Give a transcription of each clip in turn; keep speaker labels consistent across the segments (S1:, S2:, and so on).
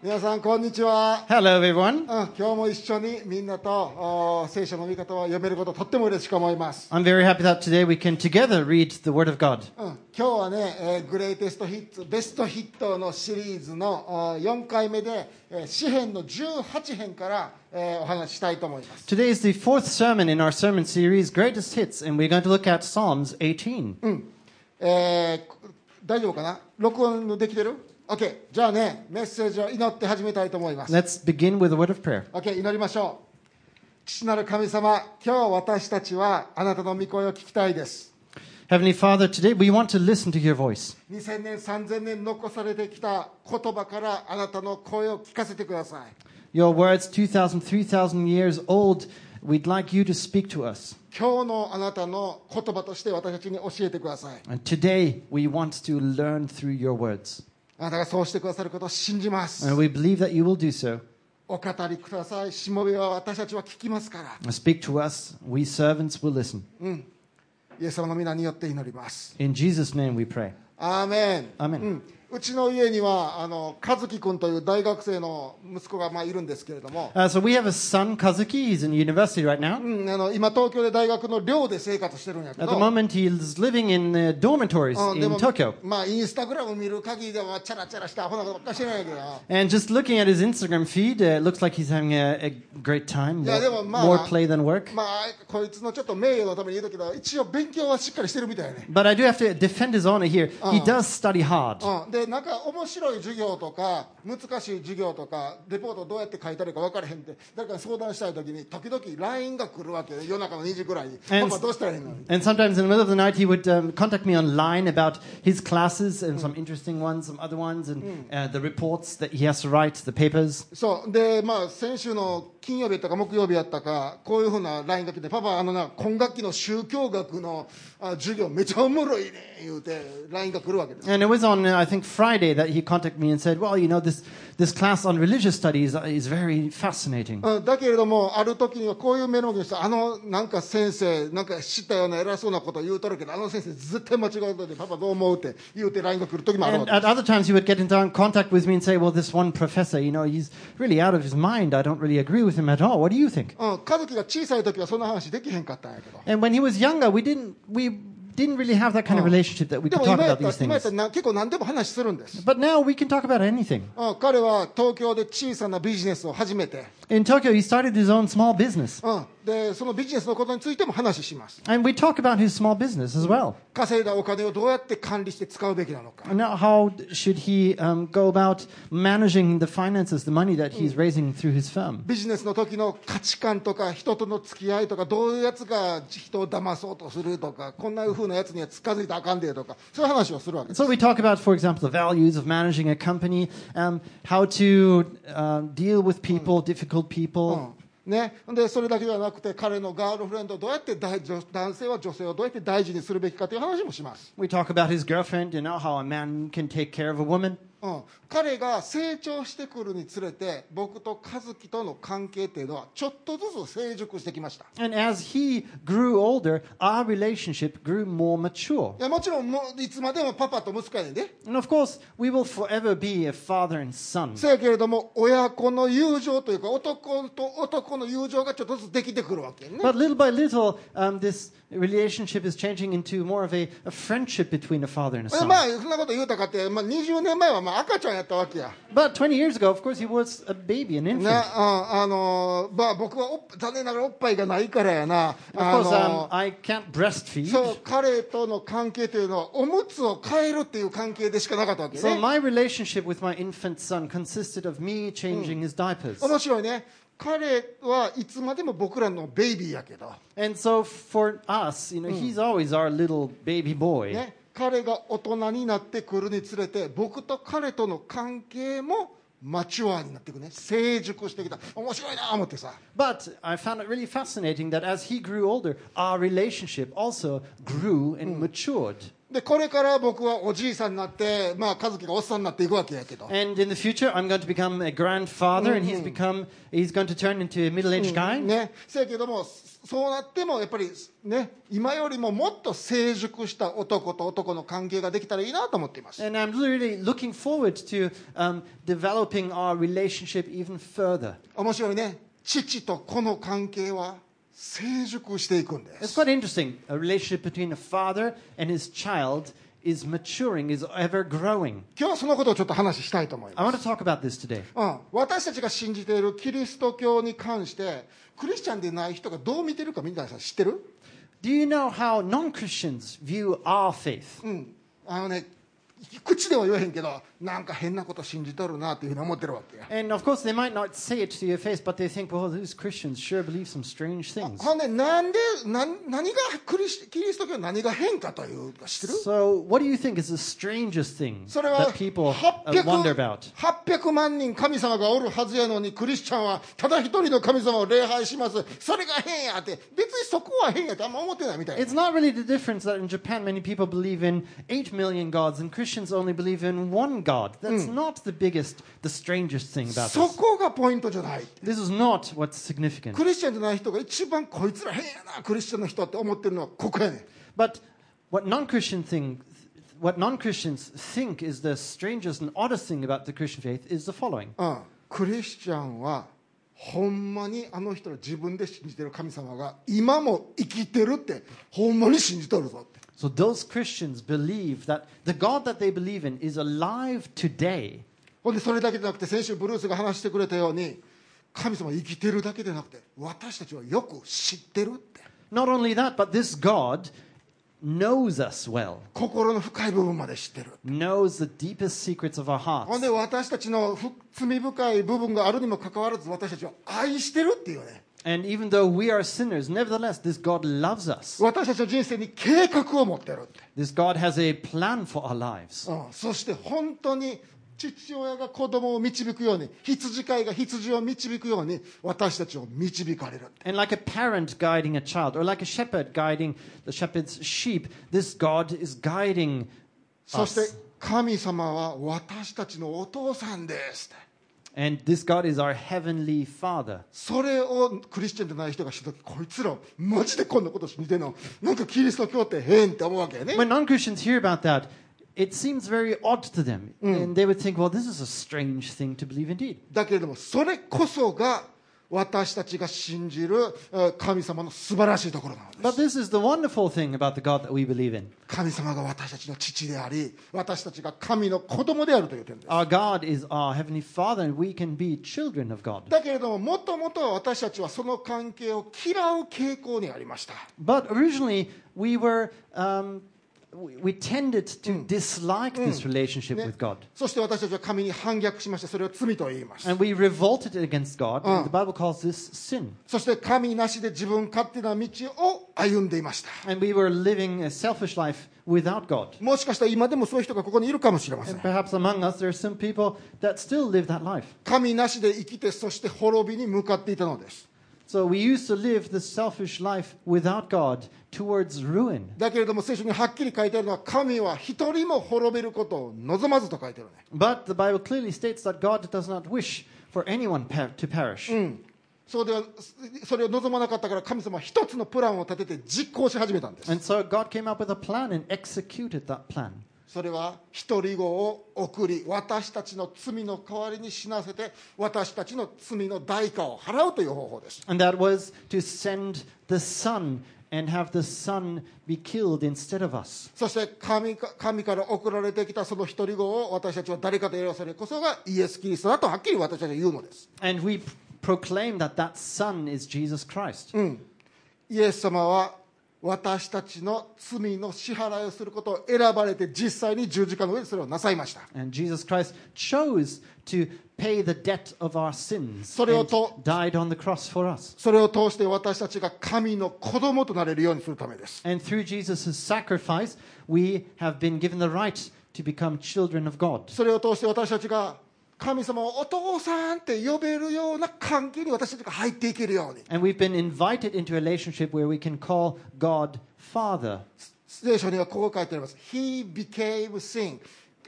S1: 皆さんこんにちは、
S2: Hello, everyone.
S1: うん、今日も一緒にみんなとお聖書の見方を読めることとっても嬉しく思います、
S2: I'm very happy that today we can together read the Word of God.
S1: うん、今日はね、えーグレイテストヒッツベストヒットのシリーズのお4回目で、えー詩編の18編から、えーお話ししたいと思います
S2: Today is the fourth sermon in our sermon series, Greatest Hits, and we're going to look at Psalms 18.
S1: えー大丈夫かな録音できてる ?OK じゃあねメッセージを祈って始めたいと思います
S2: Let's begin with a word of prayer.
S1: OK 祈りましょう父なる神様今日私たちはあなたの御声を聞きたいです
S2: Heavenly Father, today we want to listen to your voice.
S1: 2000年3000年残されてきた言葉からあなたの声を聞かせてください
S2: Your words, 2,000, 3,000 years old, we'd like you to speak to us.
S1: 今日のあなたの言葉として私たちに教えてください
S2: And today we want to learn through your words.
S1: あなたがそうしてくださることを信じます
S2: And we believe that you will do so.
S1: お語りくださいしもべは私たちは聞きますから
S2: Speak to us. We servants will listen.
S1: イエス様の皆によって祈ります
S2: In Jesus' name we pray.
S1: アーメン
S2: アーメン
S1: うん、うちの家にはあの和樹君という大学生の息子がまあいるんですけれども、
S2: Uh, so we have a son, Kazuki. He's in university right now.
S1: うん、あの今東京で大学の寮で生活してるんやけ
S2: At
S1: ど
S2: the moment, he's living in uh, dormitories
S1: うん
S2: in
S1: でも
S2: Tokyo.
S1: まあインスタグラム見る限りではチャラチャラしたアホなことばっかりしてないけど
S2: And just looking at his Instagram feed, uh, it looks like he's having a, a great time.
S1: Yeah,
S2: more,
S1: でもまあ、
S2: more play than work.
S1: まあこいつのちょっと名誉のために言うとけど一応勉強はしっかりしてるみたいね、
S2: But I do have to defend his honor here. He does study hard.
S1: うん、でなんか面白い授業とか難しい授業とかレポートどうやって書いたらいいか分からへんって誰かに相談したい時に時々 LINE が来るわけで夜中の2時ぐらいに「パ
S2: And-
S1: パどうしたらいいの?」
S2: And sometimes in the middle of the night, he would um, contact me online about his classes and some interesting ones, some other ones, and uh, the reports that he has to write, the papers.
S1: そうでまあ先週の金曜日やったか木曜日やったかこういうふうな LINE が来て「パパあのな今学期の宗教学のあ授業めちゃおもろいね」言うて LINE が来るわけです
S2: And it was on, uh, I think, Friday that he contacted me and said, Well, you know, this, this class on religious studies uh, is very fascinating.
S1: うんだけれどもある時にはこういうメールも来ましたあのなんか先生なんか知ったような偉そうなこと言うとるけどあの先生絶対間違うとでパパどう思うって言うて LINE が来る時もあるわ
S2: And
S1: け
S2: at other times, he would get into contact with me and say, Well, this one professor, you know, he's really out of his mind. I don't really agree with him at all. What do you think?
S1: うん、和樹が小さい時はそんな話できへんかったんやけど
S2: And when he was younger, we didn't, we didn't really have that kind of relationship that we
S1: で
S2: could
S1: も
S2: talk
S1: 今や
S2: about
S1: ったら
S2: these
S1: 今やっ
S2: things.
S1: たらな結構何でも話するんです
S2: But now we can talk about anything.
S1: うん彼は東京で小さなビジネスを始めて
S2: In Tokyo, he started his own small business.
S1: うん、でそのビジネスのことについても話します
S2: And we talk about his small business as well.
S1: 稼いだお金をどうやって管理して使うべきなのか、
S2: And now how should he um, go about managing the finances, the money that he's raising through his firm?
S1: ビジネスの時の価値観とか人との付き合いとかどういうやつが人を騙そうとするとかこんな風なやつには近づいたらあかんでとかそういう話をするわけです
S2: So we talk about, for example, the values of managing a company, um, how to uh, deal with people, difficult
S1: う
S2: people.
S1: んね、でそれだけではなくて彼のガールフレンドをどうやって大女男性は女性をどうやって大事にするべきかという話もします、
S2: We talk about his girlfriend, you know, how a man can take care of a woman.
S1: うん、彼が成長してくるにつれて僕と和樹との関係っていうのはちょっとずつ成熟してきました
S2: And as he grew older, our relationship grew more mature.
S1: いやもちろんもういつまでもパパと息子やねんで
S2: And of course, we will forever be a father and son.
S1: せやけれども親子の友情というか男と男の友情がちょっとずつできてくるわけね
S2: But little by little, um, this relationship is changing into more of a, a friendship between a father and a
S1: え
S2: son.
S1: まあそんなこと言うたかって、まあ、20年前はまあ赤ちゃんやったわけや
S2: But 20 years ago, of course, he was a baby, an
S1: ね
S2: infant.
S1: ああのまあ、僕はおっ残念ながらおっぱいがないからやな
S2: Of
S1: あ
S2: course, um,
S1: の
S2: I can't breastfeed.
S1: そう彼との関係というのはおむつを変えるっていう関係でしかなかったわけ
S2: So
S1: ね
S2: my relationship with my infant son consisted of me changing his diapers.
S1: 面白いね彼はいつまでも僕らのベイビーやけど
S2: And so for us, you know, he's always our little baby boy.
S1: ね、彼が大人になってくるにつれて僕と彼との関係もマチュアになっていくね成熟してきた面白いな思ってさ
S2: But I found it really fascinating that as he grew older, our relationship also grew and matured.
S1: でこれから僕はおじいさんになって、まあ、和樹がおっさんになっていくわけやけど
S2: And in the future, I'm going to become a grandfather, and he's become he's going to turn into a middle-aged guy.
S1: ね、せやけどもそそうなってもやっぱり、ね、今よりももっと成熟した男と男の関係ができたらいいなと思っています、
S2: And I'm really looking forward to um, developing our relationship even further.
S1: 面白いね父と子の関係は成熟していくんで
S2: It's
S1: す
S2: quite interesting. A relationship between a father and his child is maturing, is ever growing.
S1: 今日はそのことをちょっと話したいと思い
S2: I
S1: ます、
S2: want to talk about this today.
S1: うん、私たちが信じているキリスト教に関してクリスチャンでない人がどう見てるか皆さん知ってる、
S2: Do you know how non-Christians view our faith?
S1: うん、あのね口では言えへんけどなんか変なこと信じとるなっていうふうに思ってるわけや
S2: And of course, they might not say it to your face, but they think, well, these Christians sure believe some strange things.
S1: ほんでなんでなん何がクリスキリスト教の何が変かというか知ってる
S2: So, what do you think is the strangest thing
S1: それは
S2: that people uh,
S1: 800,
S2: wonder about?
S1: 800万人神様がおるはずやのにクリスチャンはただ一人の神様を礼拝しますそれが変やって別にそこは変やってあんま思ってないみたい
S2: It's not really the difference that in Japan many people believe in 8 million gods and Christians only believe in one God. That's not the biggest, the strangest thing
S1: な
S2: about
S1: そ
S2: this.
S1: こがポイントじゃない
S2: This is not what's significant.
S1: クリスチャンじゃない人が一番こいつら変やなクリスチャンの人って思ってるのはここやねん
S2: But what non-Christian thing, what non-Christians think is the strangest and oddest thing about the Christian faith is the following.
S1: うん、クリスチャンはほんまにあの人の自分で信じてる神様が今も生きてるってほんまに信じとるぞって
S2: So those Christians believe that the God that they believe in is alive today.
S1: ほんでそれだけじゃなくて先週ブルースが話してくれたように神様生きてるだけでなくて私たちはよく知ってるって
S2: Not only that, but this God knows us well,
S1: 心の深い部分まで知ってる
S2: knows the deepest secrets of our
S1: ほん
S2: hearts.
S1: で私たちのふ罪深い部分があるにもかかわらず私たちは愛してるっていうね
S2: And even though we are sinners, nevertheless, this God loves us.
S1: 私たちの人生に計画を持ってるって
S2: This God has a plan for our lives.
S1: うんそして本当に父親が子供を導くように羊飼いが羊を導くように私たちを導かれる
S2: And like a parent guiding a child, or like a shepherd guiding the shepherd's sheep, this God is guiding
S1: そして
S2: us.
S1: 神様は私たちのお父さんですって
S2: And this God is our heavenly Father.
S1: それをクリスチャンじゃない人が知った時こいつらマジでこんなこと信じてんのなんかキリスト教って変って思うわけやね
S2: When non Christians hear about that, it seems very odd to them. And they would think, well, this is a strange thing to believe indeed.
S1: だけれどもそれこそが私たちが信じるえー神様の素晴らしいところなのです
S2: But this is the wonderful thing about the God that we believe in.
S1: 神様が私たちの父であり私たちが神の子供であるという点です
S2: Our God is our Heavenly Father, and we can be children of God.
S1: だけれども、もともとは私たちはその関係を嫌う傾向にありました。
S2: But originally, we were. Um, we we tended to dislike this relationship with God.
S1: そして私たちは神に反逆しまして、それを罪と言いました。
S2: And we revolted against God. and the Bible calls this sin.
S1: そして神なしで自分勝手な道を歩んでいました。
S2: And we were living a selfish life without God.
S1: もしかしたら今でもそういう人がここにいるかもしれませ
S2: And
S1: ん。
S2: perhaps among us, there are some people that still live that life.
S1: 神なしで生きて、そして滅びに向かっていたのです。
S2: So we used to live this selfish life without God towards ruin.
S1: だけれども聖書にはっきり書いてあるのは、神は一人も滅びることを望まずと書いてあるね。
S2: But the Bible clearly states that God does not wish for anyone per- to perish.
S1: そうでは、それを望まなかったから神様は一つのプランを立てて実行し始めたんです。
S2: And so God came up with a plan and executed that plan.
S1: それは独り子を送り私たちの罪の代わりに死なせて私たちの罪の代価を払うという方法です
S2: And that was to send the Son and have the Son be killed instead of us.
S1: そして神か神から送られてきたその独り子を私たちは誰かと選ばされこそがイエス・キリストだとはっきり私たちは言うのです
S2: And we p- proclaim that that Son is Jesus Christ.
S1: イエス様は私たちの罪の支払いをすることを選ばれて実際に十字架の上でそれをなさいました
S2: And Jesus Christ chose to pay the debt of our sins
S1: Sorry,
S2: and
S1: Otto.
S2: died on the cross for us.
S1: それを通して私たちが神の子供となれるようにするためです
S2: And through Jesus' sacrifice, we have been given the right to become children of God.
S1: それを通して私たちが神様をお父さんって呼べるような関係に私たちが入っていけるように
S2: And we've been invited into a relationship where we can call God Father.
S1: 聖書にはこう書いてあります「He became sin」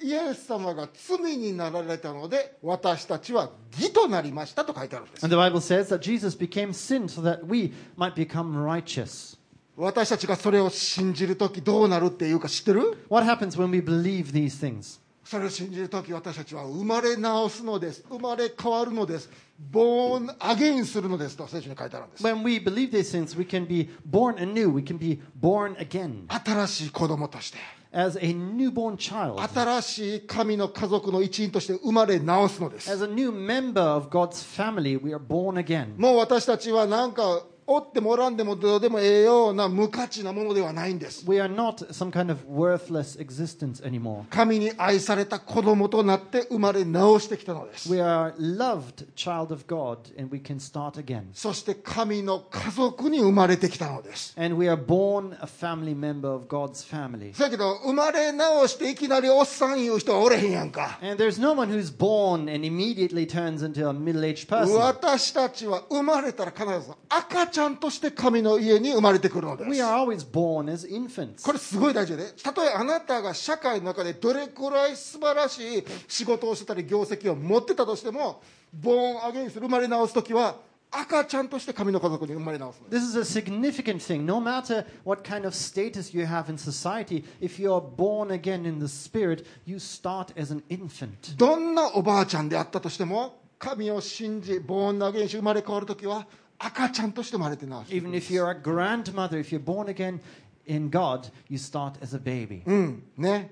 S1: イエス様が罪になられたので私たちは義となりましたと書いてあるんです
S2: And the Bible says that Jesus became sin so that we might become righteous.
S1: 私たちがそれを信じる時どうなるっていうか知ってる
S2: What happens when we believe these things?
S1: それを信じる時私たちは生まれ直すのです生まれ変わるのですボーンアゲインするのですと聖書に書いてあるんです
S2: When we believe these things, we can be born anew. We can be born again
S1: 新しい子供として
S2: as a newborn child,
S1: 新しい神の家族の一員として生まれ直すのです
S2: as a new member of God's family. We are born again.
S1: もう私たちはなんかおってもおらんでもどうでもええような無価値なものではないんです
S2: We are not some kind of worthless existence anymore.
S1: 神に愛された子供となって生まれ直してきたのです
S2: We are loved child of God, and we can start again.
S1: そして神の家族に生まれてきたのです
S2: And we are born a family member of God's family.
S1: そやけど生まれ直していきなりおっさん言う人はおれへんやんか
S2: And there's no one who's born and immediately turns into a middle-aged person.
S1: 私たちは生まれたら必ず赤ちゃんとして神の家に生まれてくるのです
S2: We are always born as infants.
S1: これすごい大事で、ね、たとえあなたが社会の中でどれくらい素晴らしい仕事をしてたり業績を持ってたとしてもボーンアゲインする生まれ直す時は赤ちゃんとして神の家族に生まれ直すの
S2: This is a significant thing. No matter what kind of status you have in society, if you are born again in the Spirit, you start as an infant.
S1: どんなおばあちゃんであったとしても神を信じボーンアゲインし生まれ変わる時は赤ちゃんとして生まれて直す
S2: Even if you're a grandmother, if you're born again in God, you start as a baby.
S1: うんね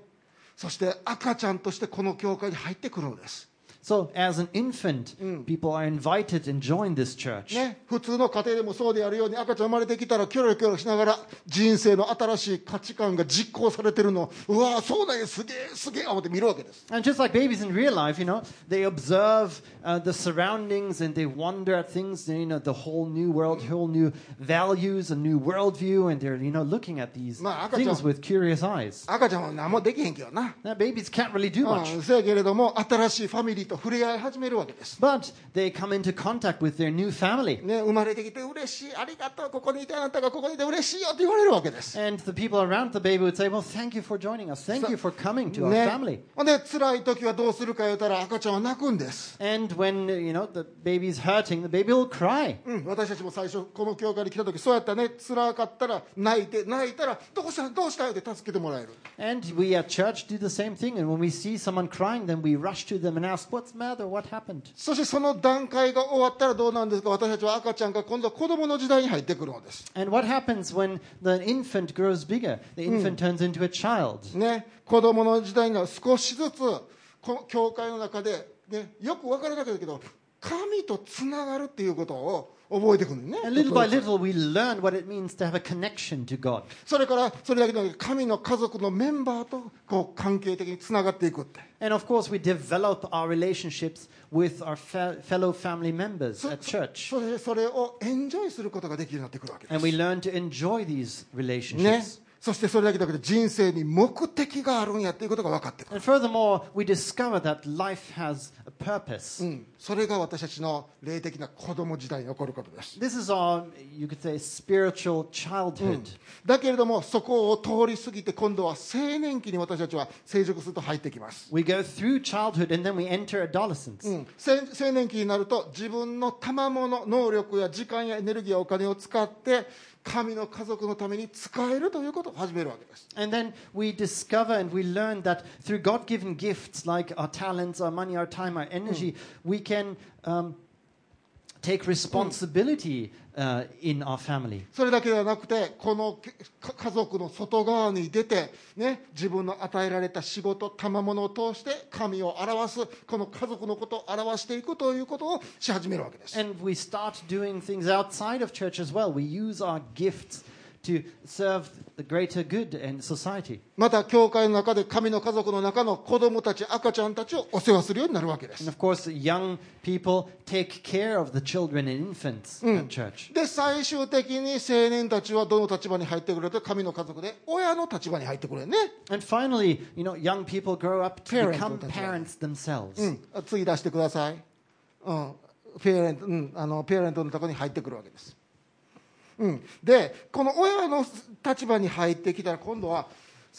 S1: そして赤ちゃんとしてこの教会に入ってくるのです、
S2: So, as an infant, people are invited and join this church.
S1: ね、普通の家庭でもそうであるように赤ちゃん生まれてきたらキョロキョロしながら人生の新しい価値観が実行されてるのをうわーそうなんやすげえすげえ思って見るわけです
S2: And just like babies in real life, you know, they observe uh, the surroundings and they wonder at things, you know, the whole new world, whole new values, a new worldview, and they're, you know, looking at these
S1: Ma, akachan-
S2: things with curious eyes.
S1: 赤ちゃんは何もできへんけどな
S2: Now, babies can't really do
S1: まあ
S2: much,
S1: せやけれども新しいファミリーと触れ合い始めるわけです
S2: but they come into contact with their new family.
S1: ね、生まれてきて嬉しい、ありがとう、ここにいてあなたがここにいて嬉しいよって言われるわけです。
S2: And the people around the baby would say, Well, thank you for joining us. Thank
S1: So-
S2: you for coming to our
S1: ね
S2: family.、
S1: ほんで、辛い時はどうするか言うたら、赤ちゃんは泣くんです。
S2: And when, uh, you know, the baby's hurting, the baby will cry.
S1: うん、私たちも最初、この教会に来た時そうやったね、辛かったら泣いて、泣いたら、どうしたどうしたよって助けてもらえる。
S2: And we at church do the same thing. And when we see someone crying, then we rush to them and ask, What's the matter? What happened?
S1: そしてその段階が終わったらどうなんですか、私たちは赤ちゃんが今度は子供の時代に入ってくるのです。
S2: And what happens when the infant grows bigger? The infant turns into a child.
S1: ね、子供の時代になる少しずつこの教会の中で、ね、よく分からなかったけど神とつながるっていうことを覚えてくるのね
S2: And little by little, we learn what it means to have a connection to God.
S1: それからそれだけじゃなくて神の家族のメンバーとこう関係的につながっていくって
S2: And of course, we develop our relationships with our fe- fellow family members
S1: そ
S2: at church.
S1: それそれをエンジョイすることができるようになってくるわけ
S2: And
S1: で
S2: we learn to enjoy these
S1: す、ね
S2: relationships.、
S1: そしてそれだけじゃなくて人生に目的があるんやっていうことが分かってくる、
S2: And furthermore, we discover that life has a purpose.
S1: うん、それが私たちの霊的な子供時代に起こることです
S2: This is our, you could say, spiritual childhood.
S1: Mm. だけれどもそこを通り過ぎて今度は青年期に私たちは成熟すると入ってきます、
S2: We go through childhood and then we enter adolescence.
S1: うん、せん青年期になると自分の賜物能力や時間やエネルギーやお金を使って神の家族のために使えるということを始めるわけです
S2: And then we discover and we learn that through God given gifts like our talents, our money, our time, our energy, we can um, take responsibility uh, in our family.
S1: それだけではなくてこのけか家族の外側に出て、ね、自分の与えられた仕事賜物を通して神を表すこの家族のことを表していくということをし始めるわけです
S2: And we start doing things outside of church as well. We use our gifts to serve the greater good and society.
S1: また教会の中で神の家族の中の子供たち赤ちゃんたちをお世話するようになるわけです
S2: And of course, young people take care of the children and infants at church.
S1: で最終的に青年たちはどの立場に入ってくれて神の家族で親の立場に入ってくれね、
S2: And finally, you know, young people grow up to
S1: Parent
S2: become
S1: of the child.
S2: parents themselves.
S1: うん、継い出してください、うんペアレントうん、あのペアレントのところに入ってくるわけです、うん、でこの親の立場に入ってきたら今度は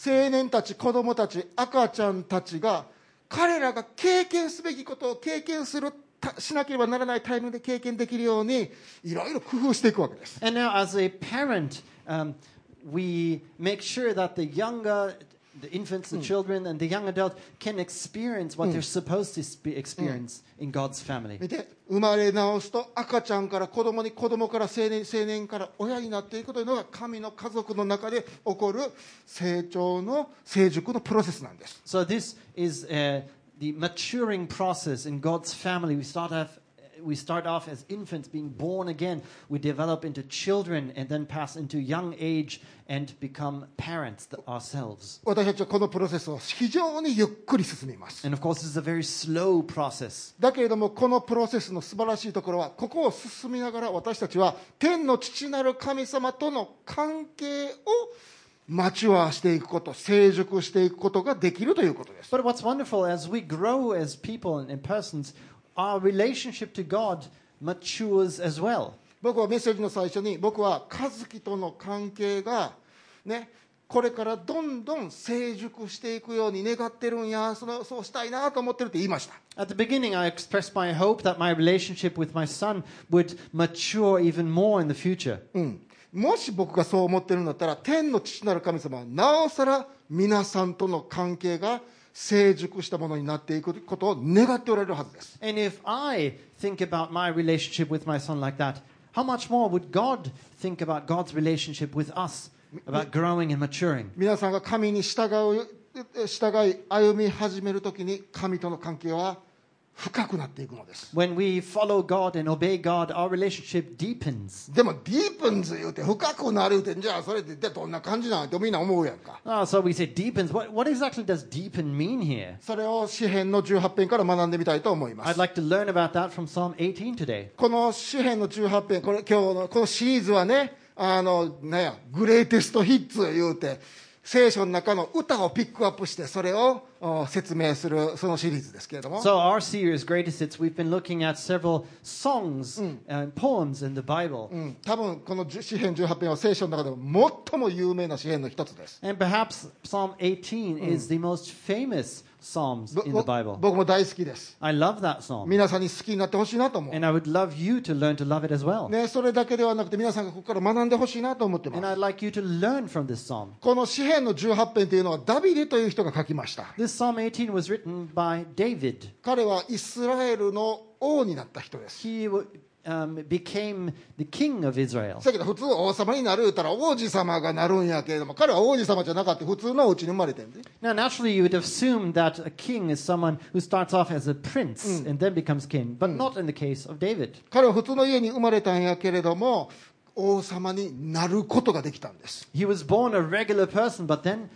S1: 青年たち子供たち赤ちゃんたちが彼らが経験すべきことを経験するたしなければならないタイミングで経験できるようにいろいろ工夫していくわけです
S2: And now, as a parent, um, we make sure that the younger, the infants, the children, and the young adult can experience what they're supposed to spe- experience in God's family.
S1: 見て生まれ直すと赤ちゃんから子供に子供から青年青年から親になっていくというのが神の家族の中で起こる成長の成熟のプロセスなんです
S2: So this is uh, the maturing process in God's family. We start off, we start off as infants, being born again. We develop into children, and then pass into young age and become parents th- ourselves.
S1: 私たちはこのプロセスを非常にゆっくり進みます
S2: And of course, this is a very slow process.
S1: だけれどもこのプロセスの素晴らしいところはここを進みながら私たちは天の父なる神様との関係を待ちわしていくこと成熟していくことができるということです
S2: But what's wonderful as we grow as people and, and persons, our relationship to God matures as well.
S1: 僕はメッセージの最初に僕は和樹との関係がねこれからどんどん成熟していくように願ってるんやそのそうしたいなと思ってるって言いました
S2: At the beginning, I expressed my hope that my relationship with my son would mature even more in the future.
S1: うんもし僕がそう思ってるんだったら天の父なる神様はなおさら皆さんとの関係が成熟したものになっていくことを願っておられるはずです
S2: And if I think about my relationship with my son like that, how much more would God think about God's relationship with us, about growing and maturing?
S1: 皆さんが神に従う従い歩み始めるときに神との関係は深くなっていくのです
S2: When we follow God and obey God, our relationship deepens.
S1: でもディープンズ言うて深くなる言うてじゃあそれって一体どんな感じなんってみんな思うやんか
S2: Ah, so we say deepens. What, what exactly does deepen mean here?
S1: それを詩篇の18編から学んでみたいと思いま
S2: I'd
S1: す
S2: like to learn about that from Psalm 18 today.
S1: この詩篇の18編これ今日のこのシリーズはねあのなんやグレイテストヒッツ言うて聖書の中の歌をピックアップしてそれをお説明するそのシリーズですけれども
S2: So, our series, Greatest Hits, we've been looking at several songs and poems in the Bible.
S1: うん多分この10詩篇18編は聖書の中でも最も有名な詩篇の一つです
S2: And perhaps Psalm 18 is the most famous Psalms
S1: ぼ
S2: in the Bible.
S1: 僕も大好きです
S2: I love that psalm.
S1: 皆さんに好きになってほしいなと思う
S2: And I would love you to learn to love it as well.
S1: ね、それだけではなくて皆さんがここから学んでほしいなと思ってま
S2: And
S1: す
S2: I'd like you to learn from this psalm.
S1: この詩篇の18編というのはダビデという人が書きました
S2: This Psalm 18 was written by David.
S1: 彼はイスラエルの王になった人です
S2: He w- um, became the king of Israel.
S1: だけど普通王様になる言うたら王子様がなるんやけれども彼は王子様じゃなかった普通のお家に生まれてんで
S2: Now, naturally, you would assume that a king is someone who starts off as a prince and then becomes king, but not in the case of David.
S1: 彼は普通の家に生まれたんやけれども王様になることができたんです
S2: He was born a regular person, but then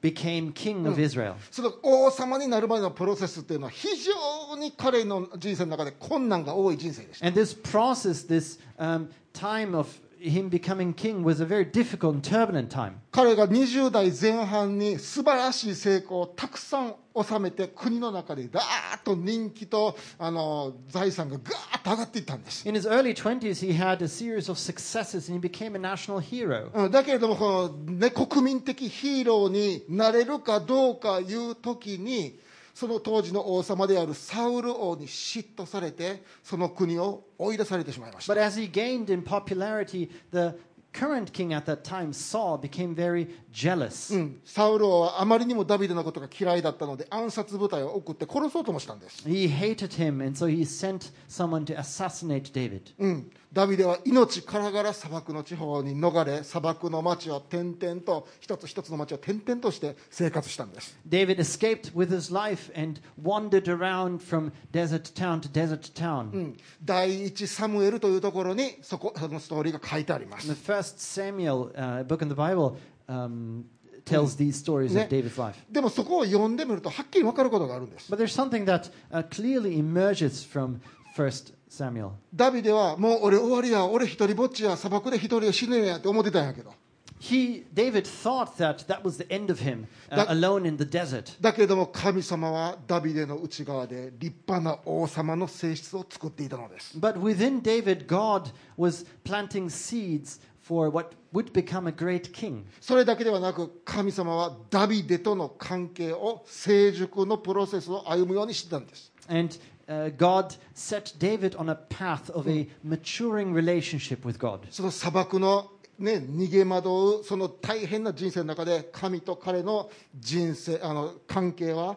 S2: became king of Israel.
S1: その王様になるまでのプロセスっていうのは非常に彼の人生の中で困難が多い人生でした
S2: And this process, this um, time of him becoming king, was a very difficult and turbulent time.
S1: 彼が20代前半に素晴らしい成功をたくさん収めて国の中でガーッと人気とあの財産がガーッと上がっていったんです、
S2: In his early 20s, he had a series of successes and he became a national hero.
S1: うん、だけれどもこの、ね、国民的ヒーローになれるかどうかいう時にその当時の王様であるサウル王に嫉妬されてその国を追い出されてしまいました
S2: But as he gained in popularity, the current king at that time, Saul, became very jealous.
S1: うんサウル王はあまりにもダビデのことが嫌いだったので暗殺部隊を送って殺そうともしたんです
S2: He hated him, and so he sent someone to assassinate David.
S1: うん、ダビデは命からがら砂漠の地方に逃れ砂漠の町を転々と一つ一つの町を転々として生活したんです
S2: David escaped with his life and wandered around from desert town to desert town.
S1: うん第一サムエルというところにそこそのストーリーが書いてありま
S2: In the
S1: す、
S2: first Samuel uh, book in the Bible um, tells these stories
S1: Ne-
S2: of David's life.
S1: でもそこを読んでみるとはっきり分かることがあるんです
S2: But there's something that uh, clearly emerges from First Samuel.
S1: ダビデはもう俺終わりや俺一人ぼっちや砂漠で一人で死ぬんやって思ってたんやけど
S2: He, David thought that that was the end of him, uh,
S1: That-
S2: alone in the desert.
S1: だけれども神様はダビデの内側で立派な王様の性質を作っていたのです
S2: But within David, God was planting seeds for what would become a great king.
S1: それだけではなく神様はダビデとの関係を成熟のプロセスを歩むようにしてたんです
S2: And uh, God set David on a path of a maturing relationship with God.
S1: その砂漠の、ね、逃げ惑うその大変な人生の中で神と彼の人生あの関係は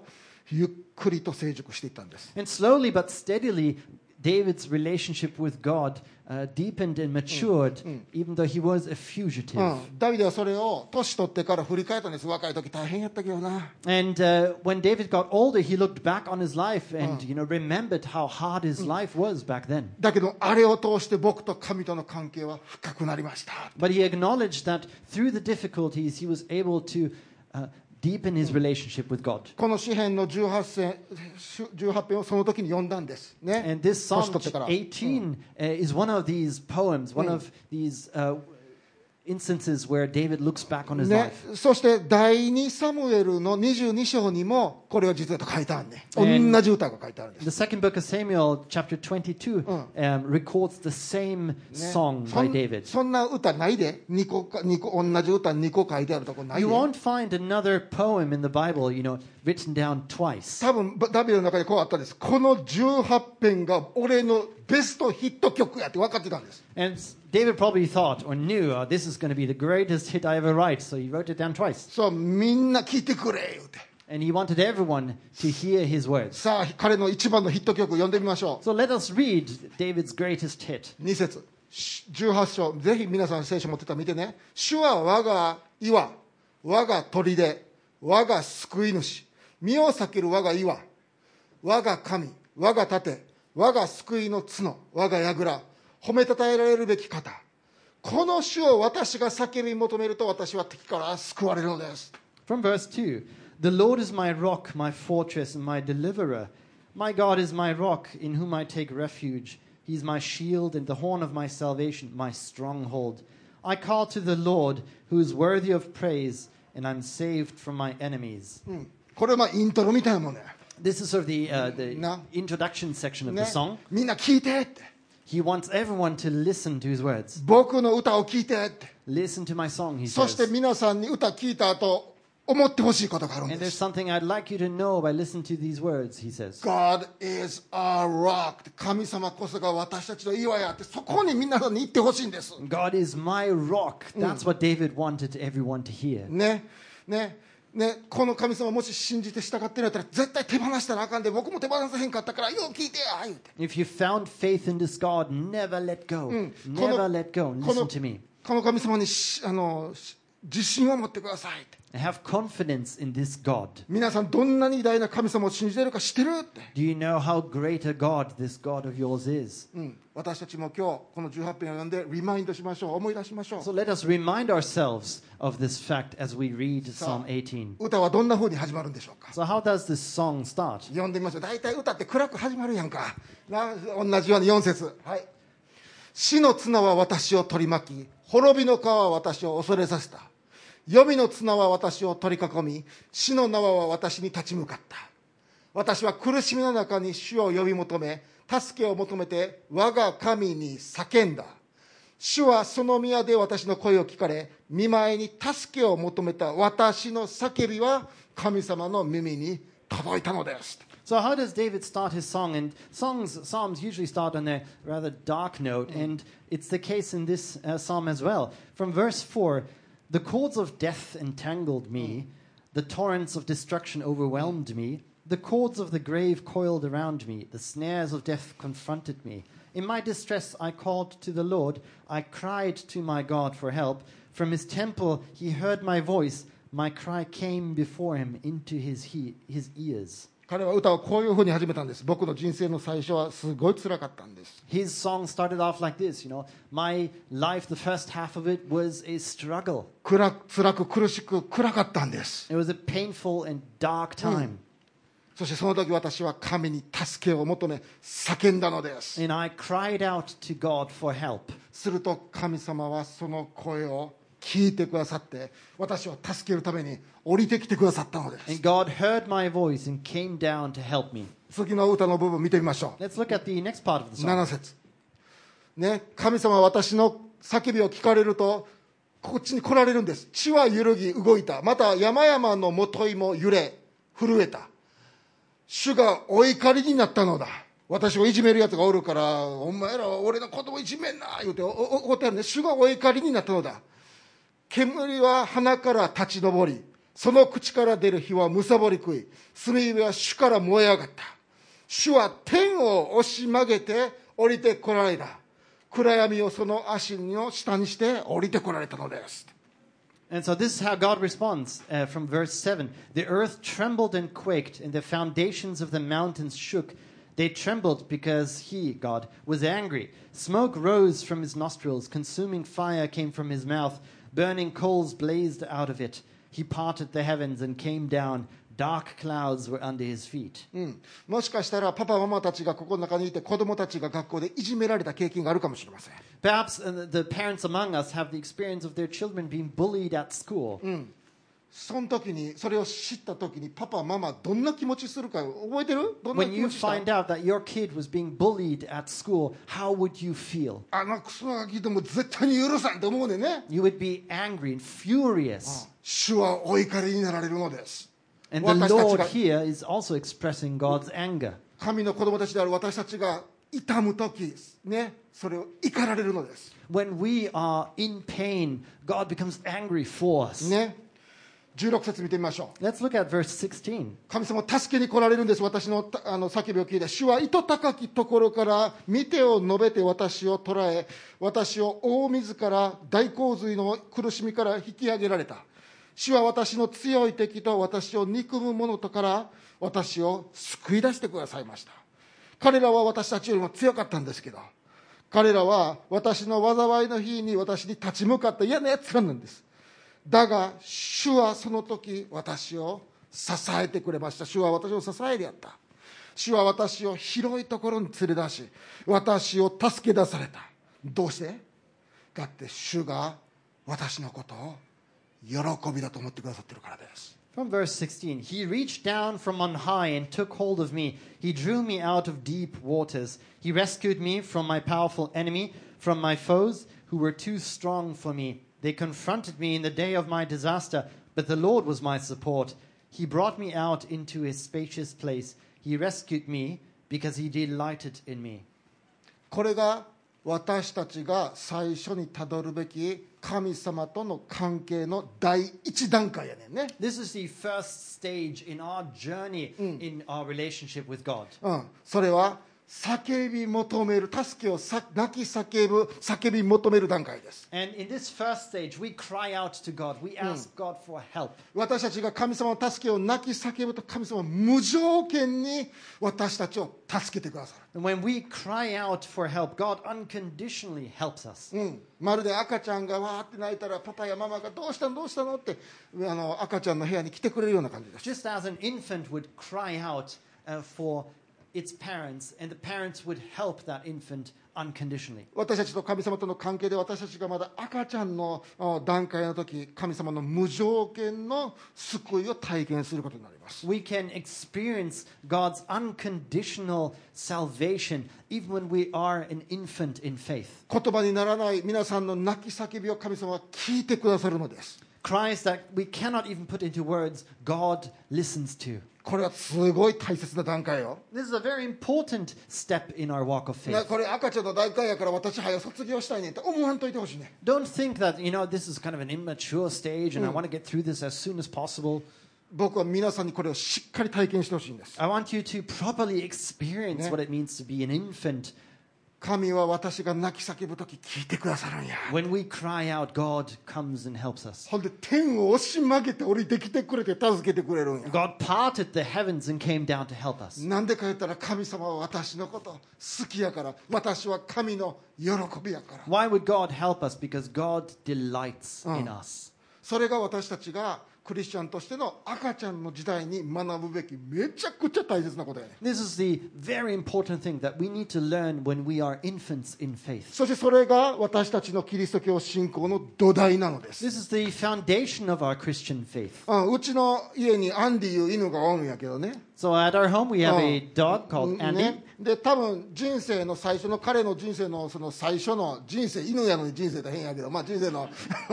S1: ゆっくりと成熟していったんです
S2: And slowly but steadily, David's relationship with God uh, deepened and matured, even though he was a fugitive.
S1: うん、ダビデはそれを年取ってから振り返ったんです若い時大変やったけどな
S2: And uh, when David got older, he looked back on his life and you know remembered how hard his life was back then.
S1: だけどあれを通して僕と神との関係は深くなりました
S2: But he acknowledged that through the difficulties, he was able to uh, deepen his relationship with God.
S1: この詩篇の18編18編をその時に読んだんですね
S2: And this
S1: 年
S2: Psalm
S1: 取ってから、
S2: 18 uh, is one of these poems, one of these uh, instances where David looks back on his
S1: ね
S2: life.、
S1: そして第2サムエルの22章にもこれを実はと書いてあるね同
S2: And-
S1: じ歌が書いてあるんです
S2: The second book of Samuel, chapter 22, um, records the same
S1: ね
S2: song
S1: そ
S2: by
S1: ん
S2: David.
S1: そんな歌ないで2個か二個同じ歌2個書いてあるとこない
S2: You
S1: で
S2: won't find another poem in the Bible, you know, written down twice.
S1: 多分ダビデの中でこうあったんですこの18編が俺のベストヒット曲やって分かってたんです
S2: And s- David probably thought or knew, oh, this is going to be the greatest hit I ever write, so he wrote it down twice.
S1: そうみんな聴いてくれ言うて
S2: And he wanted everyone to hear his words.
S1: さあ彼の一番のヒット曲読んでみましょ
S2: So let us read David's greatest hit.
S1: う2節18章ぜひ皆さん聖書持ってたら見てね「主は我が岩我が砦我が救い主身を避ける我が岩我が神我が盾我が救いの角我が櫓褒めたたえられるべき方この主を私が叫び求めると私は敵から救われるのです
S2: From verse 2 The Lord is my rock, my fortress, and my deliverer. My God is my rock, in whom I take refuge. He is my shield and the horn of my salvation, my stronghold. I call to the Lord, who is worthy of praise, and I'm saved from my enemies.
S1: うんこれまあイントロみたいなもんね
S2: This is sort of the, uh, the
S1: No.
S2: introduction section of
S1: ね
S2: the song.
S1: みんな聞いてって
S2: He wants everyone to listen to his words.
S1: 僕の歌を聞いてって
S2: Listen to my song, he
S1: そして
S2: says.
S1: 皆さんに歌聞いた後思ってほしいことがあるん
S2: And
S1: で
S2: there's
S1: す。
S2: something I'd like you to know by listening to these words, he says.
S1: God is our rock 神様こそが私たちの岩やってそこに皆さんに行ってほしいんです。
S2: God is my rock. That's what David wanted everyone to hear.
S1: ね。ね。ね。この神様もし信じて従ってるんやったら絶対手放したらあかんで僕も手放さへんかったからよう聞いてや言うて。
S2: If you found faith in this God, never let go.
S1: こ
S2: Never
S1: の
S2: let go.
S1: こ
S2: Listen
S1: の
S2: to me.
S1: この神様にしあのし自信を持ってくださいって。
S2: Have confidence in this God.
S1: 皆さんどんなに偉大な神様を信じてるか知ってるって。
S2: Do you know how great a God this God of yours is?
S1: うん、私たちも今日この18編を読んでリマインドしましょう思い出しましょう
S2: So let us remind ourselves of this fact as we read Psalm 18.
S1: 歌はどんな風に始まるんでしょうか
S2: So, how does this song start?
S1: 読んでみましょう大体歌って暗く始まるやんかな同じように4節はい死の綱は私を取り巻き滅びの川は私を恐れさせた黄泉の綱は私を取り囲み死の縄は私に立ち向かった私は苦しみの中に主を呼び求め助けを求めて我が神に叫んだ主はその宮で私の声を聞かれ見舞いに助けを求めた私の叫びは神様の耳に届いたのです
S2: So how does David start his song? And songs, psalms usually start on a rather dark note, and it's the case in this uh, psalm as well. From verse four, the cords of death entangled me, the torrents of destruction overwhelmed me. The cords of the grave coiled around me. The snares of death confronted me. In my distress, I called to the Lord. I cried to my God for help. From his temple, he heard my voice. My cry came before him into his, he- his ears.
S1: 彼は歌をこういうふうに始めたんです僕の人生の最初はすごい辛かったんです
S2: His song started off like this you know, my life, the first half of it was a struggle.
S1: 暗く辛く苦しく暗かったんです
S2: It was a painful and dark time.
S1: そしてその時私は神に助けを求め叫んだのです
S2: And I cried out to God for help.
S1: すると神様はその声を聞いてくださって私を助けるために降りてきてくださったのです
S2: And God heard my voice and came down to help me.
S1: 次の歌の部分見てみましょ
S2: Let's look at the next part of the
S1: う
S2: song.
S1: 7節ね神様は私の叫びを聞かれるとこっちに来られるんです地は揺るぎ動いたまた山々のもといも揺れ震えた主がお怒りになったのだ私をいじめるやつがおるからお前らは俺の子供いじめんな言うておお怒ってあるね主がお怒りになったのだ煙は鼻から立ち上りその口から出る火はむさぼり食い炭火は主から燃え上がった主は天を押し曲げて降りてこられた暗闇をその足の下にして降りてこられたのです
S2: And so this is how God responds uh, from verse 7. The earth trembled and quaked, and the foundations of the mountains shook. They trembled because he, God, was angry. Smoke rose from his nostrils, consuming fire came from his mouth, burning coals blazed out of it. He parted the heavens and came down. Dark clouds were under his feet.
S1: うん、もしかしたらパパママたちがここの中にいて子供たちが学校でいじめられた経験があるかもしれません
S2: Perhaps uh, the- the parents among us have the experience of their children being bullied at school.
S1: その時にそれを知った時にパパママどんな気持ちするか覚えてるどんな
S2: When
S1: 気
S2: you
S1: 持ちした
S2: find out that your kid was being bullied at school, how would you feel?
S1: あのクソガキども絶対に許さんと思うねんね
S2: You would be angry
S1: Mm.
S2: and furious.
S1: 主はお怒りになられるのです
S2: And
S1: 私
S2: the
S1: たち
S2: Lord
S1: が
S2: here is also expressing God's anger.
S1: 神の子供たちである私たちが痛む時ねそれを怒られるのです
S2: When we are in pain, God becomes angry for us.
S1: ね16節見てみましょう
S2: Let's look at verse 16.
S1: 神様助けに来られるんです私のたあの叫びを聞いて主は糸高きところから見てを述べて私を捕らえ私を大水から大洪水の苦しみから引き上げられた主は私の強い敵と私を憎む者とから私を救い出してくださいました彼らは私たちよりも強かったんですけど彼らは私の災いの日に私に立ち向かった嫌な奴らなんですだが主はその時私を支えてくれました主は私を支えでやった主は私を広いところに連れ出し私を助け出されたどうしてだって主が私のことを喜びだと思ってくださってるからです
S2: From verse 16, he reached down from on high and took hold of me. He drew me out of deep waters. He rescued me from my powerful enemy, from my foes who were too strong for me. They confronted me in the day of my disaster, but the Lord was my support. He brought me out into his spacious place. He rescued me because he delighted in me.
S1: これが私たちが最初にたどるべき神様との関係の第一段階やねんね
S2: This is the first stage in our journey in our relationship with God.
S1: うん、それは叫び求める助けをさ泣き叫ぶ叫び求める段階です
S2: And in this first stage, we cry out to God. We ask God for help.
S1: 私たちが神様の助けを泣き叫ぶと神様は無条件に私たちを助けてくださ
S2: And when we cry out for help, God unconditionally helps us.
S1: る、うん、まるで赤ちゃんがわーって泣いたらパパやママがどうしたのどうしたのってあの赤ちゃんの部屋に来てくれるような感じです
S2: Just as an infant would cry out uh, for its parents, and the parents would help that infant unconditionally.
S1: 私たちと神様との関係で私たちがまだ赤ちゃんのあ段階の時神様の無条件の救いを体験することになります
S2: We can experience God's unconditional salvation even when we are an infant in faith.
S1: 言葉にならない皆さんの泣き叫びを神様は聞いてくださるのです
S2: Cries that we cannot even put into words, God listens to.
S1: これはすごい大切な段階よ
S2: This is a very important step in our walk of
S1: な
S2: faith.
S1: これ赤ちゃんの段階やから私早卒業したいねんって思わんといてほしいね
S2: Don't think that, you know, this is kind of an immature stage and I want to get through this as soon as possible.
S1: 僕は皆さんにこれをしっかり体験してほしいんです
S2: I want you to properly experience
S1: Yeah.
S2: what it means to be an infant.
S1: 神は私が泣き叫ぶ時聞いてくださるんや
S2: When we cry out, God comes and helps us.
S1: ほんで天を押し曲げて降りてきてくれて助けてくれるんや
S2: God parted the heavens and came down to help us.
S1: なんでか言ったら神様は私のこと好きやから私は神の喜びやから
S2: Why would God help us? Because God delights in us.
S1: それが私たちがクリスチャンとしての赤ちゃんの時代に学ぶべきめちゃくちゃ大切なことやね
S2: This is the very important thing that we need to learn when we are infants in faith.
S1: そしてそれが私たちのキリスト教信仰の土台なのです、
S2: This is the foundation of our Christian faith.
S1: うん、うちの家にアンディいう犬がおるんやけどね
S2: So at our home, we have a
S1: Oh.
S2: dog called
S1: ね
S2: Andy.、
S1: で多分人生の最初の彼の人生のその最初の人生犬やのに人生大変やけど、まあ、人生の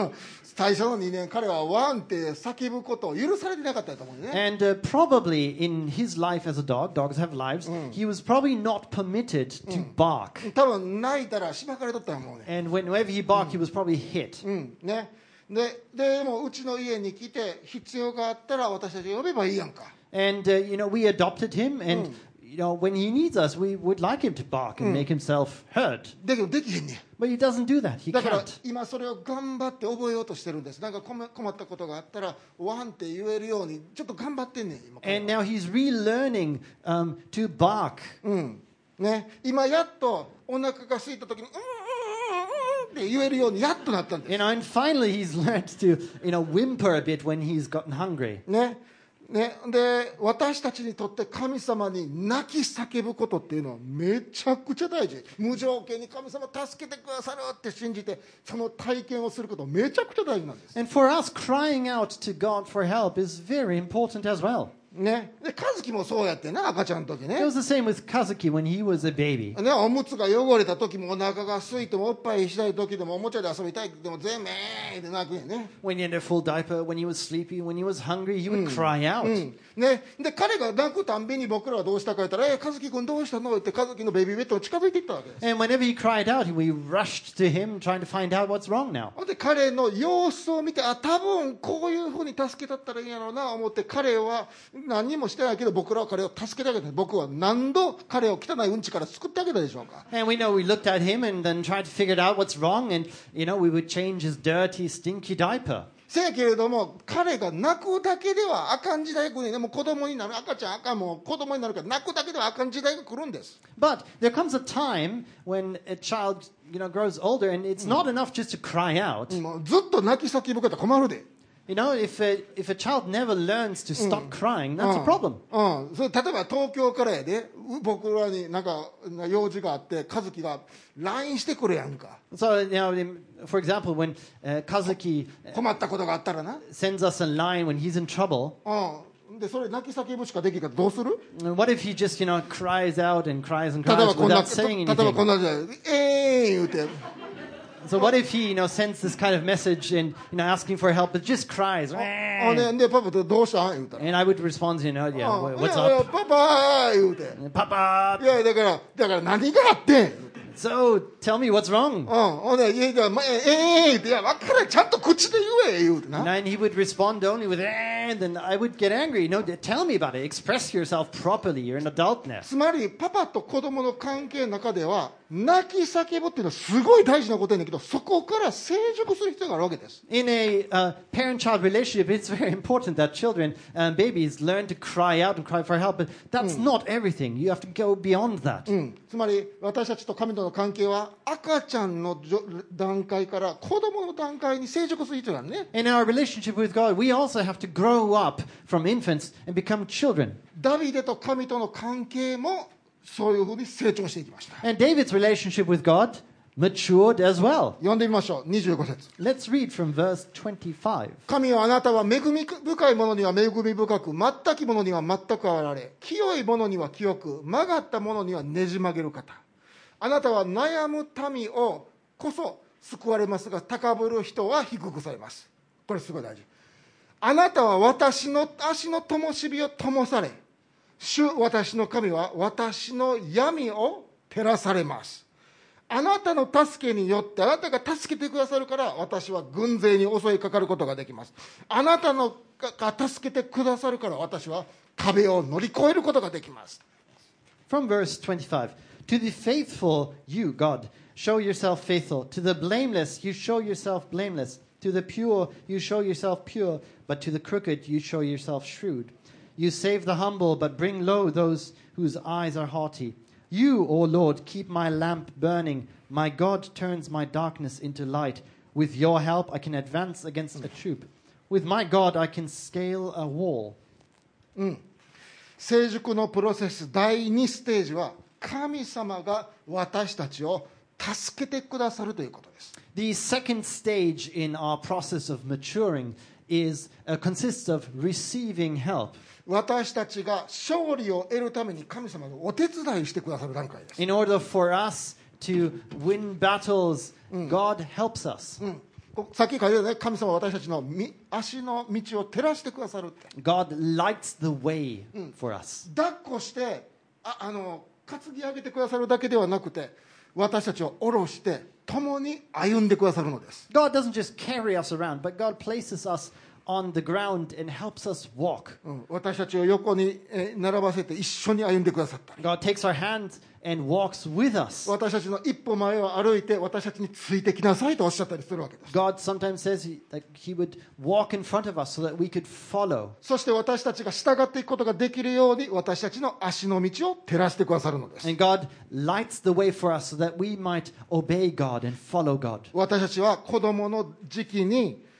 S1: 最初の2年彼はワンって叫ぶことを許されてなかったと思うよね
S2: And uh, probably in his life as a dog, dogs have lives, he was probably not permitted to bark.
S1: 多分泣いたらしばかれとったと思うね
S2: And whenever he barked, he was probably hit.
S1: うんねででもうちの家に来て必要があったら私たち呼べばいいやんか
S2: And, uh, you know, we adopted him, and, you know, when he needs us, we would like him to bark and make himself heard.
S1: だけどできへんねん
S2: But he doesn't do that. He
S1: だから
S2: can't.
S1: 今それを頑張って覚えようとしてるんですなんか困困ったことがあったらワンって言えるようにちょっと頑張ってんねん今
S2: And now he's relearning um, to bark.
S1: うんね、今やっとお腹が空いた時に「うんうんうんうん」って言えるようにやっとなったんです、
S2: You know, and finally he's learned to, you know, whimper a bit when he's gotten hungry.
S1: ねね、で私たちにとって神様に泣き叫ぶことっていうのはめちゃくちゃ大事無条件に神様助けてくださるって信じてその体験をすることめちゃくちゃ大事なんです、
S2: And for us, crying out to God for help is very important as well.
S1: ね、で和樹もそうやってな赤ちゃんの時ね
S2: It was the same with Kazuki when he was a baby.
S1: ね、おむつが汚れた時もお腹が空いてもおっぱいしたい時でもおもちゃで遊びたい時でも全部えーって泣くんやね
S2: When he had a full diaper, when he was sleepy, when he was hungry, he would cry out.
S1: うんね、で彼が泣くたんびに僕らはどうしたか言ったら「え和樹君どうしたの?」って和樹のベビーベッドに近づいていったわけです
S2: And whenever he cried out, we rushed to him trying to find out what's wrong now.
S1: ほんで彼の様子を見てあ多分こういうふうに助けたったらいいんやろうな思って彼は何にもしてないけど僕らは彼を助けてあげた僕は何度彼を汚いうんちから救ってあげたでしょうか
S2: And we know we looked at him and then tried to figure out what's wrong, and you know, we would change his dirty, stinky diaper.
S1: せやけれども彼が泣くだけではあかん時代が来るねもう子供になる赤ちゃん赤もう子供になるから泣くだけではあかん時代が来るんです
S2: But there comes a time when a child, you know, grows older, and it's not enough just to cry out.
S1: もうずっと泣き叫ぶ方困るで
S2: You know, if a, if a child never learns to stop crying, that's a problem.
S1: うん、それ例えば東京からやでう僕らになんか用事があって和樹が LINE してくるやんか
S2: So, you know, in- for example, when uh, Kazuki
S1: 困ったことがあったらな、
S2: sends us a line when he's in trouble,
S1: うん、でそれ泣き叫ぶしかできんからどうする
S2: uh, what if he just, you know, cries out and cries and
S1: 例え
S2: cries
S1: ばこんな
S2: without
S1: と例
S2: saying
S1: えばこん
S2: anything?
S1: なじゃええー、言うて
S2: So what if he, you know, sends this kind of message and, you know, asking for help, but just cries?
S1: あ、ね、でパパどうしたん言うたら
S2: And I would respond, you know, Oh,
S1: う
S2: yeah,
S1: ん
S2: wh- what's
S1: いやいや
S2: up?
S1: パパ言うて
S2: Papa,
S1: いやだからだから何があってん言うて
S2: So tell me what's
S1: うん
S2: wrong.
S1: ほんでいやいやまええー、っていや分からんちゃんと口で言え言うてな
S2: And then he would respond only with, eh, and then I would get angry. No, d- tell me about it. Express yourself properly. You're an adult now.
S1: つまりパパと子供の関係の中では泣き叫ぶっていうのはすごい大事なことやねんけどそこから成熟する必要があるわけです
S2: In a uh, parent child relationship, it's very important that children and babies learn to cry out and cry for help, but that's not everything. You have to go beyond that.
S1: うん、つまり私たちと神との関係は赤ちゃんのじょ段階から子供の段階に成熟する必要があるね
S2: In our relationship with God, we also have to grow up from infants and become children.
S1: ダビデと神との関係もそういうふうに成長していきました
S2: And David's relationship with God matured as well.
S1: 読んでみましょう25節
S2: Let's read from verse 25.
S1: 神はあなたは恵み深いものには恵み深く全きものには全くあられ清いものには清く曲がったものにはねじ曲げる方あなたは悩む民をこそ救われますが高ぶる人は低くされますこれすごい大事あなたは私の足の灯火を灯され主私の神は私の闇を照らされますあなたの助けによってあなたが助けてくださるから私は軍勢に襲いかかることができますあなたのがが助けてくださるから私は壁を乗り越えることができます
S2: From verse 25 To the faithful, you, God, show yourself faithful. To the blameless, you show yourself blameless. To the pure, you show yourself pure. But to the crooked, you show yourself shrewd. You save the humble, but bring low those whose eyes are haughty. You, O Lord, keep my lamp burning. My God turns my darkness into light. With your help, I can advance against a troop. With my God, I can scale a wall.
S1: 成熟のプロセス第2ステージは神様が私たちを助けてくださるということです
S2: The second stage in our process of maturing is uh, consists of receiving help
S1: 私たちが勝利を得るために神様がお手伝いしてくださる段階です、
S2: in order for us to win battles. God helps us.
S1: うん、こさっき書いてたね神様は私たちのみ足の道を照らしてくださるって
S2: God lights the way for us.
S1: 抱っこしてああの担ぎ上げてくださるだけではなくて私たちを下ろして共に歩んでくださるのです
S2: God doesn't just carry us around, but God places us on the ground and helps us walk.
S1: うん私たちを横にえー並ばせて一緒に歩んでくださったり
S2: God takes our hand and walks with us.
S1: 私たちの一歩前を歩いて私たちについてきなさいとおっしゃったりするわけです
S2: God sometimes says he, that He would walk in front of us so that we could follow.
S1: そして私たちが従っていくことができるように私たちの足の道を照らしてくださるのです
S2: And God lights the way for us so that we might obey God and follow God.
S1: 私たちは子供の時期に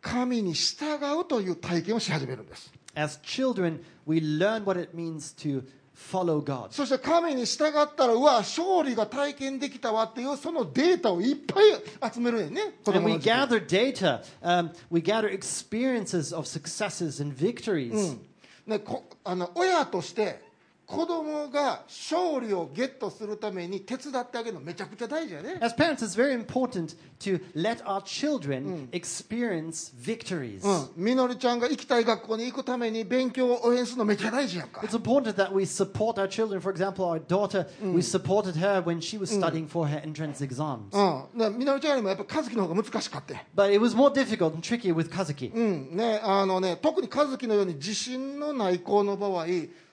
S1: 神に従うという体験をし始めるんです
S2: As children, we learn what it means to follow God.
S1: そして神に従ったらうわ勝利が体験できたわっていうそのデータをいっぱい集めるよね子
S2: And
S1: 供
S2: we
S1: の時期
S2: gather data, um, we gather experiences of successes and victories.
S1: Mm. ね、こあの親として子供が勝利をゲットするために手伝ってあげるのめちゃくちゃ大事やね
S2: As parents, it's very important to let our children experience victories.
S1: うんみのりちゃんが行きたい学校に行くために勉強を応援するのめっちゃ大事やんか
S2: It's important that we support our children. For example, our daughter, we supported her when she was studying for her entrance exams.
S1: うん、ねみのりちゃんよりもやっぱ和樹の方が難しかったよ
S2: But it was more difficult and tricky with Kazuki.
S1: うんねあのね、特に和樹のように自信のない子の場合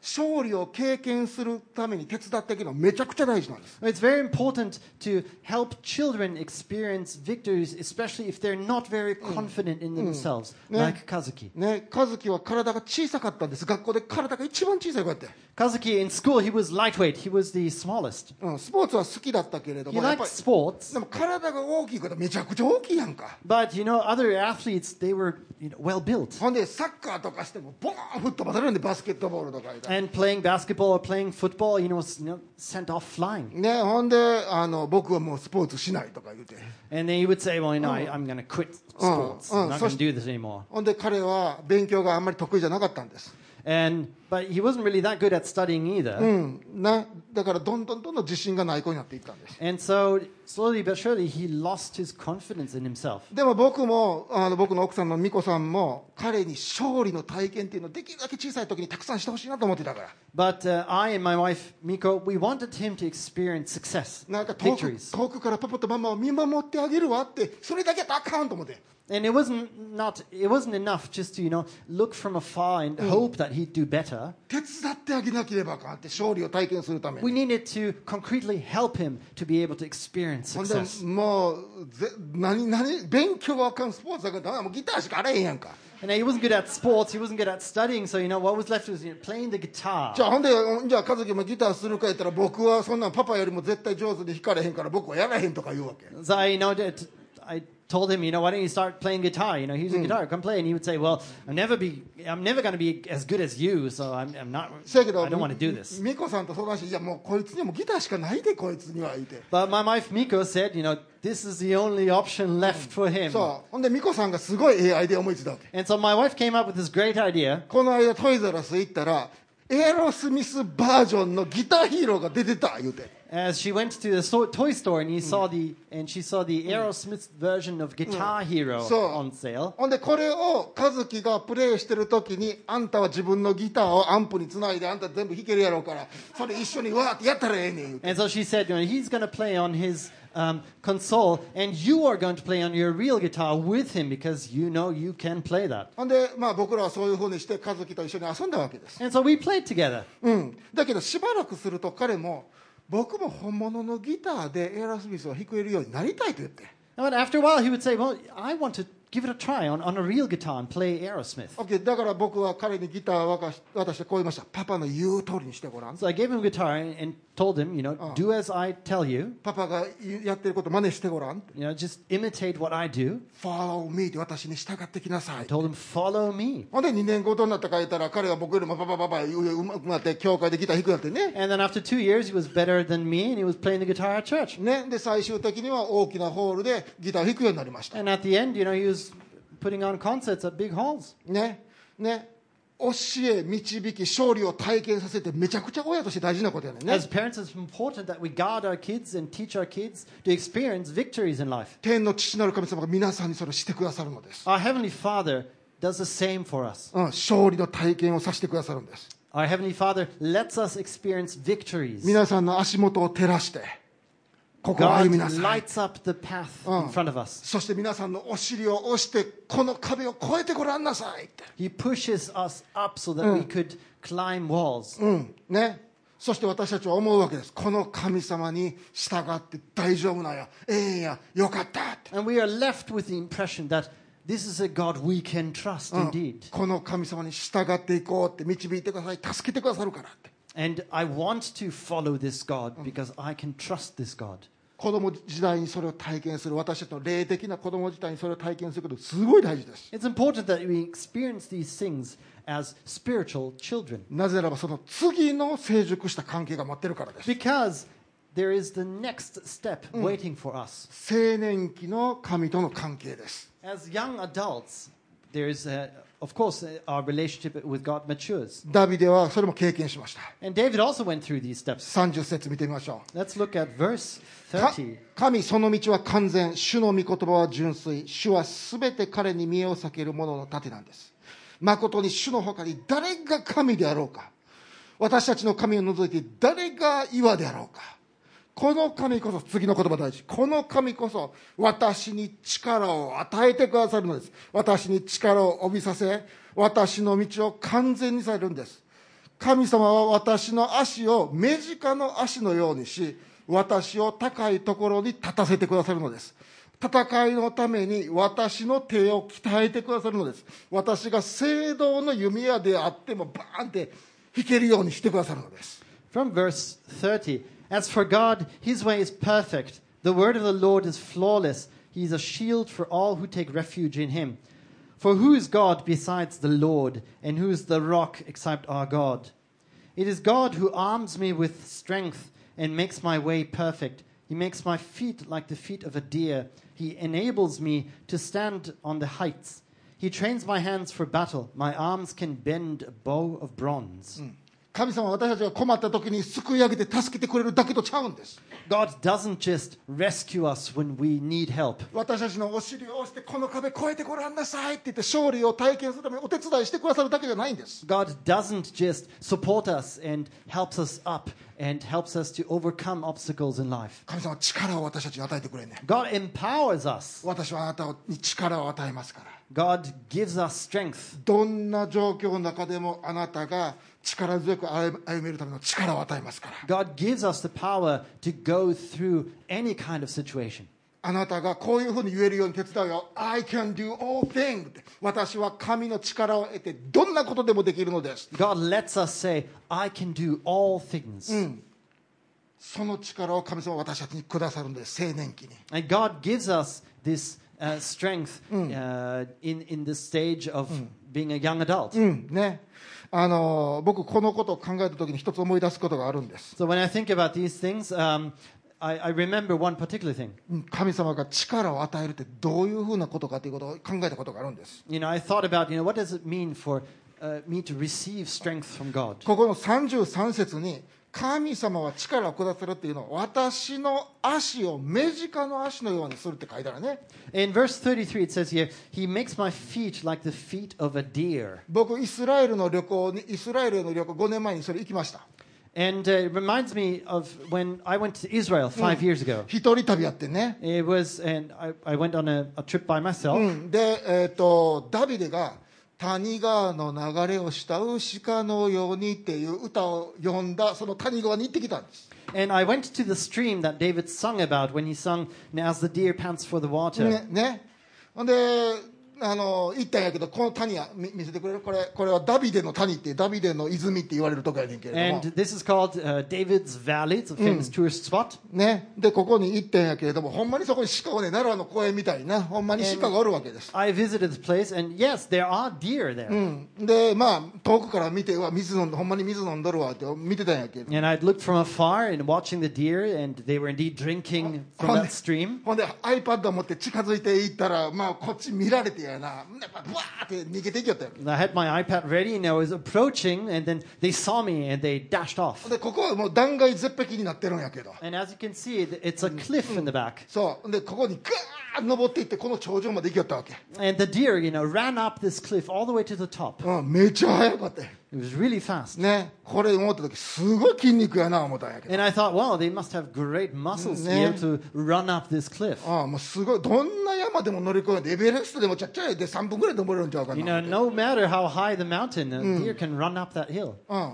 S1: 勝利を経験するために手伝ってあげるのめちゃくちゃ大事なんです
S2: It's very important to help children experience victories, especially if they're not very confident in themselves,
S1: Mm. Yeah.
S2: like Kazuki.
S1: ね、和樹は体が小さかったんです学校で体が一番小さい子やって、
S2: Kazuki in school, he was lightweight, he was the smallest.
S1: うん、スポーツは好きだったけれど
S2: He
S1: もやっぱ
S2: liked
S1: り
S2: sports,
S1: でも体が大きいからめちゃくちゃ大きいやんか
S2: but you know, other athletes, they were you know, well built.
S1: ほんでサッカーとかしてもボーン吹っ飛ばされるんでバスケットボールとか言うたら
S2: And playing basketball or playing football, you know, was you know, sent off flying.
S1: ねほんであの僕はもうスポーツしないとか言うて
S2: And then he would say, Well, you know, I, I'm going to quit sports.
S1: oh,
S2: I'm not
S1: so-
S2: going to do this anymore.
S1: ほんで彼は勉強があんまり得意じゃなかったんです、
S2: And But he wasn't really that good at studying either.
S1: うん、なだからどんどんどんどん自信がない子になっていったんです
S2: And so, slowly but surely, he lost his confidence in himself.
S1: でも僕もあの僕の奥さんの美子さんも彼に勝利の体験っていうのをできるだけ小さい時にたくさんしてほしいなと思ってたから
S2: But uh, I and my wife, Miko, we wanted him to experience success,
S1: なんか遠く
S2: victories.
S1: 遠くからパパとママを見守ってあげるわってそれだけやったらあかんと思って
S2: And it wasn't, not, it wasn't enough just to, you know, look from afar and hope that he'd do better.
S1: 手伝ってあげなければあかんって勝利を体験するため
S2: We
S1: に
S2: needed to concretely help him to be able to experience
S1: ほんで
S2: success.
S1: もうぜ何何勉強があかんスポーツだからダメもうギターしかあらへんやんか
S2: And he wasn't good at sports, he wasn't good at studying, so, you know, what was left was you know, playing the guitar.
S1: じゃあほんでじゃあ和樹もギターするか言ったら僕はそんなんパパよりも絶対上手に弾かれへんから僕はやらへんとか言うわけ
S2: So I, you know, t- t- I told him, you know, why don't you start playing guitar? You know, here's a guitar, come play. And he would say, well, I'm never be, I'm never going to be as good as you, so I'm, I'm not.
S1: せやけど
S2: I don't want to do this.
S1: み美子さんと相談していやもうこいつにはもうギターしかないでこいつには言うて
S2: But my wife Miko said, you know, this is the only option left for him.
S1: そうほんで美子さんがすごいええアイデア思いついたわけ
S2: And so my wife came up with this great idea.
S1: この間トイザらス行ったらエアロスミスバージョンのギターヒーローが出てた言うて
S2: As she went to the so- toy store and he saw the and she saw the Aerosmith version of Guitar Hero
S1: So-
S2: on sale.
S1: ほんでこれを和樹がプレイしてる時にあんたは自分のギターをアンプにつないであんた全部弾けるやろうからそれ一緒にわーってやったらええねん言うて
S2: And so she said, you know, he's going to play on his um, console, and you are going to play on your real guitar with him because you know you can play that.
S1: ほんでまあ僕らはそういうふうにして和樹と一緒に遊んだわけです、
S2: And so we played together.
S1: うん、だけどしばらくすると彼も僕も本物のギターでエアロスミスを弾けるようになりたいと言って
S2: And But after a while, he would say, well, I want to give it a try on, on a real guitar and play Aerosmith.
S1: OK だから僕は彼にギターを渡し渡してこう言いましたパパの言う通りにしてごらん
S2: So I gave him a guitar and, and told him, you know, do as I tell you.
S1: パパがやってること真似してごらん
S2: You know, just imitate what I do.
S1: Follow me って私に従ってきなさい
S2: I told him, follow me.
S1: ほんで2年後どうなったか言ったら彼は僕よりもパパパパううまくなって教会でギター弾くようになってね
S2: And then after two years, he was better than me, and he was playing the guitar at church.
S1: ねで最終的には大きなホールでギター弾くようになりました
S2: And at the end, you know, he was putting on concerts at big halls.
S1: ねね教え導き勝利を体験させてめちゃくちゃ親として大事なことやねんね
S2: As parents, it's important that we guard our kids and teach our kids to experience victories in life.
S1: 天の父なる神様が皆さんにそれをしてくださるのです、
S2: Our Heavenly Father does the same for us.
S1: うん、勝利の体験をさせてくださるんです
S2: Our Heavenly Father lets us experience victories.
S1: 皆さんの足元を照らしてここを
S2: God
S1: 歩みなさい
S2: lights up the path
S1: Oh.
S2: in front of us.
S1: そして皆さんのお尻を押してこの壁を越えてごらんなさいって、
S2: He pushes us up so that we could climb walls.
S1: うんね、そして私たちは思うわけですこの神様に従って大丈夫なんやええんやよかったって、
S2: And we are left with the impression that this is a God we can trust
S1: うん
S2: indeed.
S1: この神様に従っていこうって導いてください助けてくださるからって
S2: And I want to follow this God because I can trust this God.
S1: 子供時代にそれを体験する私たちの霊的な子供時代にそれを体験することすごい大事です
S2: It's important that we experience these things as spiritual children
S1: なぜならばその次の成熟した関係が待ってるからです
S2: because there is the next step waiting for us.
S1: 青年期の神との関係です
S2: As young adults, there is, a, of course, uh, our relationship with God matures.
S1: ダビデはそれも経験しました
S2: And David also went through these steps.
S1: 30節見てみましょう
S2: Let's look at verse
S1: か
S2: 30.
S1: 神その道は完全主の御言葉は純粋主はすべて彼に見えを避ける者の盾なんです誠に主の他に誰が神であろうか私たちの神を除いて誰が岩であろうかこの神こそ次の言葉大事この神こそ私に力を与えてくださるのです私に力を帯びさせ私の道を完全にされるんです神様は私の足を目近の足のようにし私を高いところに立たせてくださるのです戦いのために私の手を鍛えてくださるのです私が聖堂の弓矢であってもバーンって弾けるようにしてくださるのです
S2: From verse 30 As for God, his way is perfect. The word of the Lord is flawless. He is a shield for all who take refuge in him. For who is God besides the Lord, and who is the rock except our God? It is God who arms me with strength and makes my way perfect. He makes my feet like the feet of a deer. He enables me to stand on the heights. He trains my hands for battle. My arms can bend a bow of bronze.
S1: 神様は私たちが困った時に救い上げて助けてくれるだけとちゃうんです
S2: God doesn't just rescue us when we need help.
S1: 私たちのお尻を押してこの壁越えてごらんなさいって言って勝利を体験するためにお手伝いしてくださるだけじゃないんです
S2: God doesn't just support us and helps us up and helps us to overcome obstacles in life.
S1: 神様は力を私たちに与えてくれね
S2: God empowers us.
S1: 私はあなたに力を与えますから
S2: God gives us strength.
S1: どんな状況の中でもあなたが力強く歩めるための力を与えますから
S2: God gives us the power to go through any kind of situation.
S1: あなたがこういうふうに言えるように手伝うよ I can do all things 私は神の力を得てどんなことでもできるのです
S2: God lets us say, I can do all things.
S1: その力を神様は私たちにくださるんです青年期に
S2: And God gives us this uh, strength uh, in, in the stage of being a young adult.
S1: うんねあのー僕このことを考えた時に一つ思い出すことがあるんです、
S2: So when I think about these things, um, I, I remember one particular thing.
S1: うん神様が力を与えるってどういうふうなことかということを考えたことがあるんです、
S2: You know, I thought about, you know, what does it mean for uh, me to receive strength from God.
S1: ここの33節に神様は力を下せるっていうのを私の足を目近の足のようにするって書いたらね
S2: In verse 33, it says here, He makes my feet like the feet of a deer.
S1: 僕イスラエルの旅行にイスラエルへの旅行5年前にそれ行きました
S2: And uh, it reminds me of when I went to Israel five years ago.
S1: 一人旅やってね、
S2: It was, and I, I went on a, a trip by
S1: う
S2: myself.
S1: ん、で、えー、とダビデが「谷川の流れを慕う鹿のように」っていう歌を読んだその谷川に行ってきたんです
S2: And I went to the stream that David sung about when he sung, "Now As the deer pants for the water.
S1: ねねほんであの行ったんやけどこの谷や見見せてくれるこれこれはダビデの谷ってダビデの泉って言われるとこやねんけれど
S2: And
S1: も、
S2: this is called uh, David's Valley. It's a famous tourist spot.
S1: ね、でここに行ったんやけれどもほんまにそこに鹿をね奈良の公園みたいになほんまに鹿がおるわけです、
S2: I visited the place, and yes, there are deer there.
S1: うん、でまあ遠くから見てうわ水飲んほんまに水飲んどるわって見てたんやけど
S2: And I'd looked from afar and watching the deer, and they were indeed drinking from
S1: Oh,
S2: that
S1: yeah.
S2: stream.
S1: ほんで iPad を持って近づいていったら、まあ、こっち見られてやな、みんなブワーって逃げていきよったよ。
S2: And I had my iPad ready, and I was approaching, and then they saw me, and they dashed
S1: ほん
S2: off.
S1: で、ここはもう断崖絶壁になってるんやけど、
S2: And as you can see, it- it's a cliff in the back.
S1: そう、ほんで、ここにガーッ登っていって、この頂上まで行きよったわけ。
S2: And the deer, you know, ran up this cliff all the way to the top.
S1: うん、めっちゃ速かったよ
S2: It was really fast.
S1: ね、これ思った時すごい筋肉やな思ったんやけど、
S2: And I thought, wow, they must have great muscles to be
S1: Yeah.
S2: able to run up this cliff.
S1: ああもうすごいどんな山でも乗り越えてエベレストでもちゃっちゃいで3分ぐらい登れるんちゃうか
S2: You
S1: な、
S2: know, no matter how high the mountain, a deer can run up that hill.
S1: うん、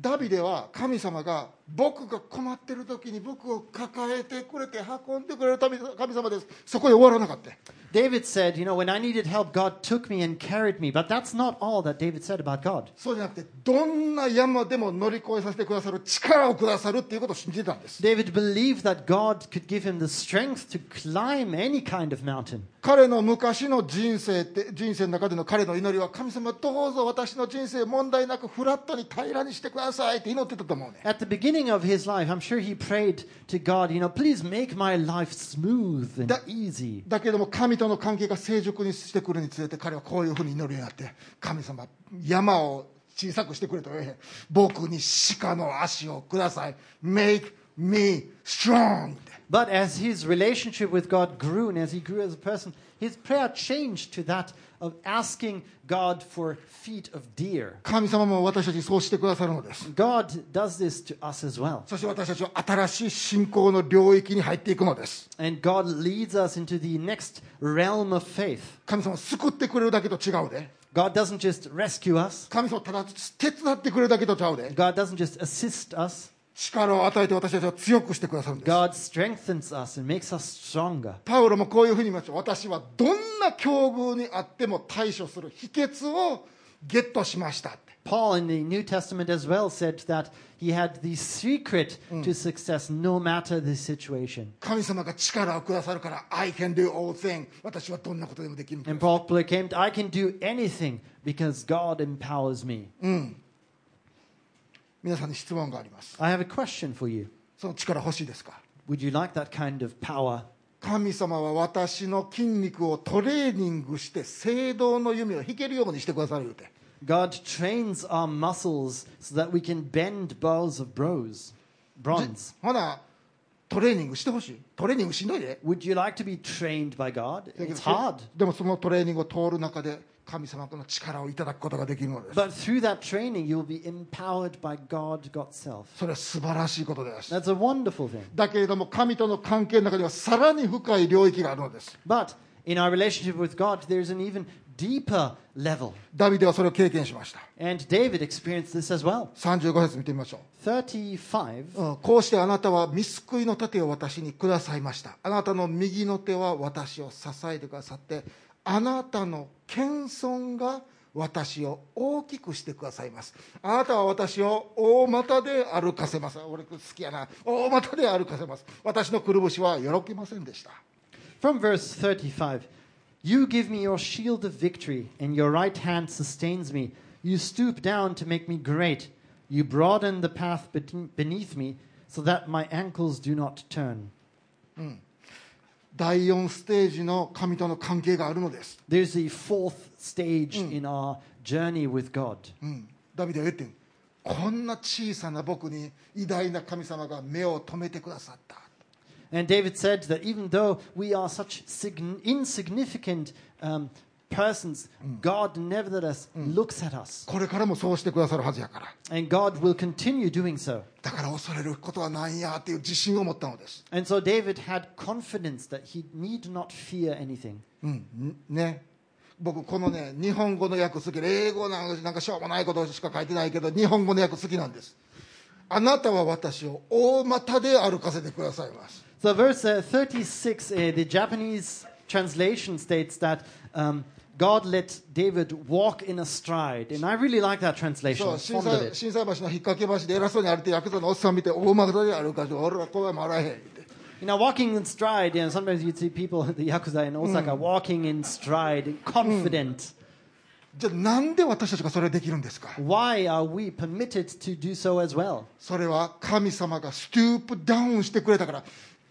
S1: ダビデは神様が僕が困ってる時に僕を抱えてくれて運んでくれる神様ですそこで終わらなかったよ
S2: David said, You know, when I needed help, God took me and carried me. But that's not all that David said about God.
S1: そうじゃなくてどんな山でも乗り越えさせてくださる力をくださるっていうことを信じてたんです
S2: David believed that God could give him the strength to climb any kind of mountain.
S1: 彼の昔の人生って人生の中での彼の祈りは神様どうぞ私の人生問題なくフラットに平らにしてくださいって祈ってたと思うね
S2: At the beginning of his life, I'm sure he prayed to God, You know, please make my life smooth and
S1: That-
S2: easy.
S1: だけども神との関係が成熟にしてくるにつれて彼はこういうふうに祈るようになって神様山を小さくしてくれとは言えへん僕に鹿の足をください Make me strong って
S2: But as his relationship with God grew and as he grew as a person, his prayer changed to that of asking God for feet of deer.
S1: 神様も私たちにそうしてくださるのです
S2: God does this to us as well.
S1: そして私たちは新しい信仰の領域に入っていくのです
S2: And God leads us into the next realm of faith.
S1: 神様は救ってくれるだけと違うで
S2: God doesn't just rescue us,
S1: 神様はただ手伝ってくれるだけとちゃうで
S2: God doesn't just assist us,
S1: 力を与えて私たちを強くしてくださるんです
S2: God strengthens us and makes us stronger.
S1: パウロもこういうふうに言いました私はどんな境遇にあっても対処する秘訣をゲットしましたって
S2: Paul in the New Testament as well said that he had the secret to success no matter the situation.
S1: 神様が力をくださるから I can do all things 私はどんなことでもできる
S2: And Paul proclaimed, I can do anything because God empowers me.
S1: 皆さんに質問があります
S2: I have a question for you.
S1: その力欲しいですか
S2: Would you like that kind of power?
S1: 神様は私の筋肉をトレーニングして聖堂の弓を引けるようにしてくださるよって
S2: God trains our muscles so that we can bend bows of bronze. Bronze.
S1: ほなトレーニングしてほしいトレーニングしんどいで
S2: Would you like to be trained by God?
S1: だけど
S2: It's hard.
S1: でもそのトレーニングを通る中で神様との力をいただくことができるのです
S2: But through that training, you'll be empowered by God, God's self.
S1: それは素晴らしいことです。
S2: That's a wonderful thing.
S1: だけれども神との関係の中にはさらに深い領域があるのです。
S2: But in our relationship with God, there's an even deeper level.
S1: ダビデはそれを経験しました。
S2: And David experienced this as well.
S1: 35節見てみましょ
S2: 35.
S1: う、うんこうしてあなたは見救いの盾を私にくださいました。あなたの右の手は私を支えてくださって、あなたの謙遜が私を大きくしてくださいます。あなたは私を大股で歩かせます。俺好きやな。大股で歩かせます。私のくるぶしは喜びませんでした。
S2: From verse 35 You give me your shield of victory, and your right hand sustains me. You stoop down to make me great. You broaden the path bete- beneath me so that my ankles do not turn.
S1: 第4ステージの神との関係があるのです、
S2: There's the fourth stage in our journey with God.
S1: うん、ダビデは言ってんこんな小さな僕に偉大な神様が目を留めてくださった
S2: And David said that even though we are such sign- insignificant um, persons, God nevertheless looks at us.
S1: これからもそうしてくださるはずやから
S2: And God will continue doing so.
S1: だから恐れることはないんやっていう自信を持ったのです、
S2: And so David had confidence that he need not fear anything.
S1: うん、んね僕このね日本語の訳好きで英語なんかなんかしょうもないことしか書いてないけど日本語の訳好きなんですあなたは私を大股で歩かせてくださいます
S2: So, verse uh, 36, uh, the Japanese translation states that um, God let David walk in a stride. And I really like that translation.
S1: そう
S2: I'm
S1: 震
S2: fond of
S1: 災
S2: it.
S1: 震災橋の引っ掛け橋で偉そうに歩いてヤクザのおっさん見て大股で歩かせて俺は声もあらへんって
S2: You know, walking in stride, you know, sometimes you'd see people, the Yakuza in Osaka, walking in stride, confident.
S1: じゃあなんで私たちがそれできるんですか
S2: Why are we permitted to do so as well?
S1: それは神様がストゥープダウンしてくれたから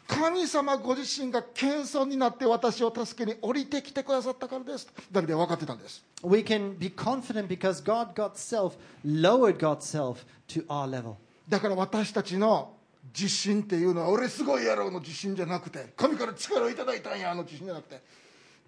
S1: 神様ご自身が謙遜になって私を助けに降りてきてくださったからですだけで分かってたんです
S2: We can be confident because God God's self lowered God's self to our level.
S1: だから私たちの自信っていうのは俺すごい野郎の自信じゃなくて神から力をいただいたんやの自信じゃなくて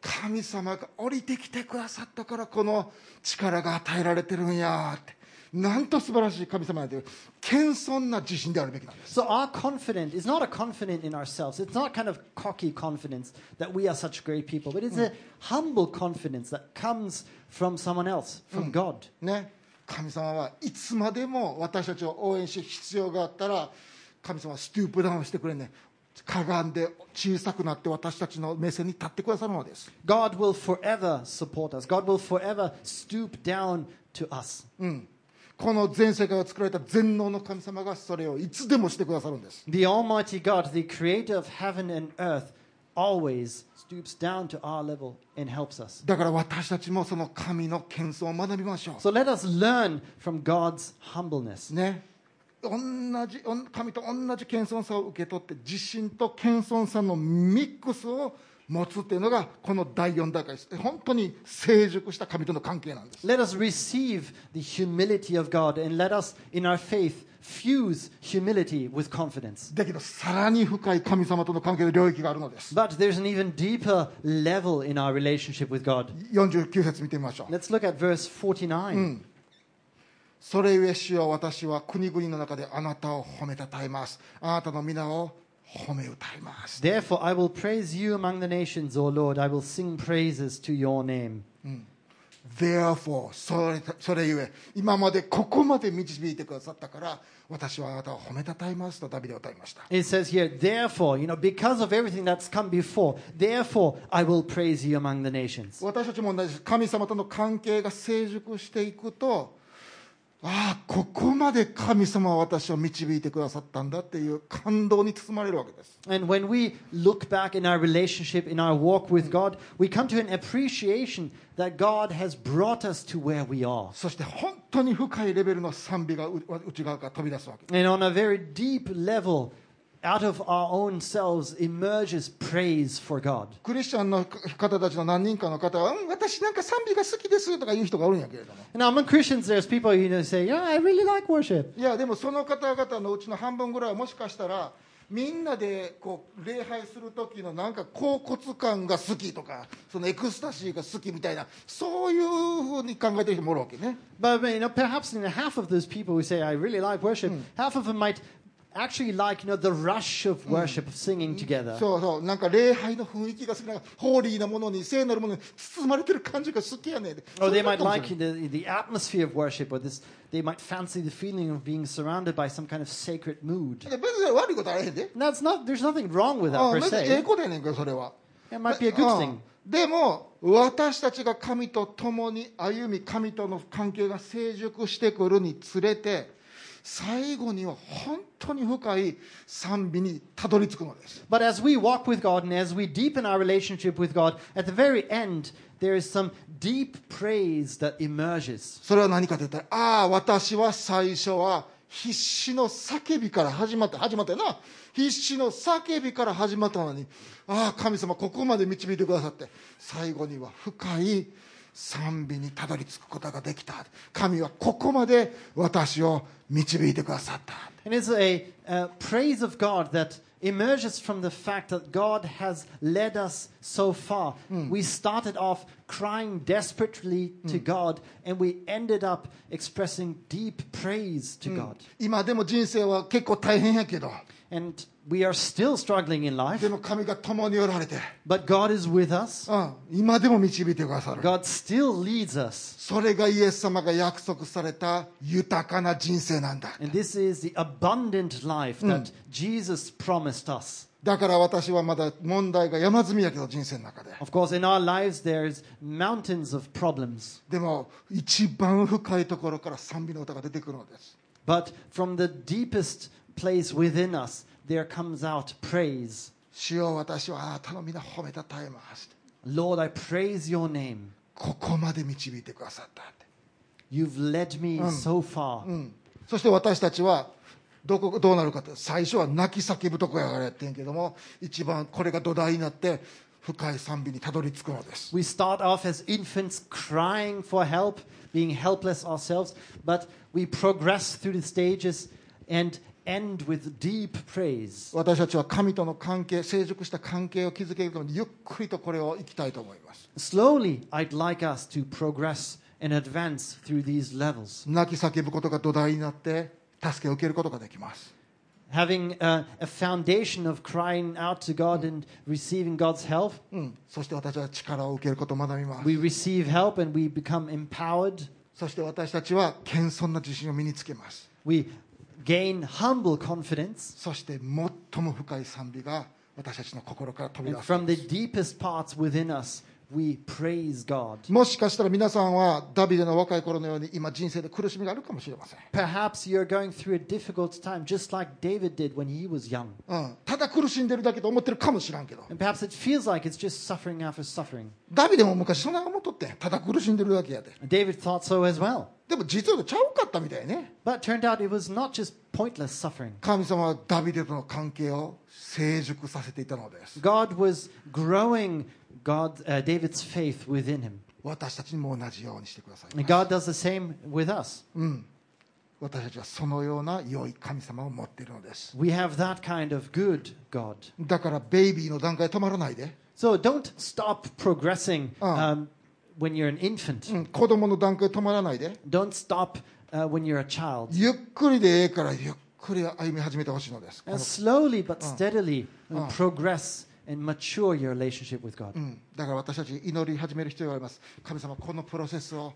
S1: 神様が降りてきてくださったからこの力が与えられてるんやってなんと素晴らしい神様なんていう謙遜な自信であるべきなんです
S2: So our confidence is not a confidence in ourselves. It's not kind of cocky confidence that we are such great people, but it's a humble confidence that comes from someone else, from God.
S1: ね神様はいつまでも私たちを応援し必要があったら神様はストゥープダウンしてくれんねんかがんで小さくなって私たちの目線に立ってくださるのです
S2: God will forever support us. God will forever stoop down to us.
S1: うん、この全世界を作られた全能の神様がそれをいつでもしてくださるんです
S2: The Almighty God, the creator of heaven and earth, always stoops down to our level and helps us.
S1: だから私たちもその神の謙遜を学びましょ
S2: So let us learn from God's humbleness.
S1: うね同じおん神と同じ謙遜さを受け取って自信と謙遜さのミックスを持つっていうのがこの第4段階です本当に成熟した神との関係なんです
S2: Let us receive the humility of God and let us, in our faith, fuse humility with confidence.
S1: だけどさらに深い神様との関係の領域があるのです
S2: But there's an even deeper level in our relationship with God.
S1: 49節見てみましょう
S2: Let's look at verse 49.
S1: それゆえ主よ私は国々の中であなたを褒めたたえますあなたの皆を褒め歌います
S2: Therefore, I will praise you among the nations, O Lord. I will sing praises to your name.
S1: Therefore それそれゆえ今までここまで導いてくださったから私はあなたを褒めたたえますとダビデは歌いました
S2: It says here, therefore, you know, because of everything that's come before, therefore, I will praise you among the nations.
S1: 私たちも同じです神様との関係が成熟していくとああここまで神様は私を導いてくださったんだっていう感動に包まれるわけです
S2: And when we look back in our relationship, in our walk with God, we come to an appreciation that God has brought us to where we are.
S1: そして本当に深いレベルの賛美がう内側から飛び出すわけ
S2: And on a very deep level, out of our own selves emerges praise for God.
S1: クリスチャンの方たちの何人かの方は、うん、私なんか賛美が好きですとか言う人がおるんやけれども、
S2: And among Christians, there's people who you know, say, Yeah, I really like worship.
S1: いや、でもその方々のうちの半分ぐらいは、もしかしたら、みんなでこう礼拝する時のなんか恍惚感が好きとか、そのエクスタシーが好きみたいな、そういうふうに考えてる人もおるわけね。
S2: But you know, perhaps in half of those people who say, I really like worship, half of them might actually like you know, the rush of worship, of singing together.
S1: そうそうなんか礼拝の雰囲気が好きなホーリーなものに聖なるものに包まれてる感じが好きやねんって
S2: Or
S1: そ
S2: Oh, they
S1: れだ
S2: might
S1: かもしれ
S2: like
S1: ない
S2: the, the atmosphere of worship, or this, they might fancy the feeling of being surrounded by some kind of sacred mood.
S1: 別に悪いことあらへんで
S2: And that's not, there's nothing wrong with that
S1: あ
S2: per
S1: 別にええ
S2: se.
S1: ことやねんけどそれは
S2: It might be a
S1: Oh.
S2: good thing.
S1: うんでも私たちが神と共に歩み神との関係が成熟してくるにつれて最後には本当に深い賛美にたどり着くのです
S2: But as we walk with God and as we deepen our relationship with God, at the very end, there is some deep praise that emerges.
S1: それは何かと言ったらああ私は最初は必死の叫びから始まった始まったよな必死の叫びから始まったのにああ神様ここまで導いてくださって最後には深い賛美にたどり着くことができた神はここまで私を導いてくださった
S2: And it's a uh, praise of God that emerges from the fact that God has led us so far. We started off crying desperately to God, and we ended up expressing deep praise to God.
S1: 今でも人生は結構大変やけど
S2: And we are still struggling in life,
S1: でも神が共におられて、
S2: but God is with us.
S1: うん、今でも導いてくださる
S2: God still leads us.
S1: それがイエス様が約束された豊かな人生なんだ
S2: And this is the abundant life that Jesus promised us.
S1: だから私はまだ問題が山積みやけど人生の中で
S2: Of course, in our lives, there's mountains of problems.
S1: でも一番深いところから賛美の歌が出てくるのです
S2: But from the deepest place within us, there comes out praise.
S1: 主よ私はあなたの皆褒めたたえますって
S2: Lord, I praise your name.
S1: ここまで導いてくださったって
S2: You've led me so far.
S1: Mm. そして私たちはどこどうなるかって最初は泣き叫ぶとこやからやってんけども一番これが土台になって深い賛美にたどり着くのです
S2: We start off as infants crying for help, being helpless ourselves, but we progress through the stages and end with deep praise.
S1: 私たちは神との関係成熟した関係を築けるのにゆっくりとこれをいきたいと思います
S2: Slowly, I'd like us to progress and advance through these levels.
S1: 泣き叫ぶことが土台になって助けを受けることができます
S2: having uh, a foundation of crying out to God and receiving God's help.
S1: うん、そして私は力を受けることを学びます
S2: We receive help and we become empowered.
S1: そして私たちは謙遜な自信を身につけます
S2: We gain humble confidence.
S1: そして最も深い賛美が私たちの心から飛び
S2: And
S1: 出す
S2: from the deepest parts within us, we praise God.
S1: もしかしたら皆さんはダビデの若い頃のように今人生で苦しみがあるかもしれません、
S2: Perhaps you're going through a difficult time, just like David did when he was young.
S1: うん、ただ苦しんでるだけと思ってるかもしらんけど
S2: And perhaps it feels like it's just suffering after suffering.
S1: ダビデも昔そんな思っとってんただ苦しんでるだけやで
S2: And David thought so as well.
S1: でも実はちゃうかったみたいね
S2: But it turned out it was not just pointless suffering.
S1: 神様はダビデとの関係を成熟させていたのです
S2: God was growing God, uh, David's faith within him.
S1: 私たちにも同じようにしてください
S2: And God does the same with us.
S1: 私たちはそのような良い神様を持っているのです
S2: We have that kind of good God.
S1: だからベイビーの段階止まらないで、
S2: So don't stop progressing
S1: Oh. Mm.
S2: um, when you're an infant.
S1: うん、子供の段階止まらないで
S2: Don't stop uh, when you're a child.
S1: ゆっくりでええからゆっくり歩み始めてほしいのです、
S2: And slowly but steadily uh, progress and mature your relationship with God.
S1: うん、だから私たち祈り始める必要があります神様このプロセスを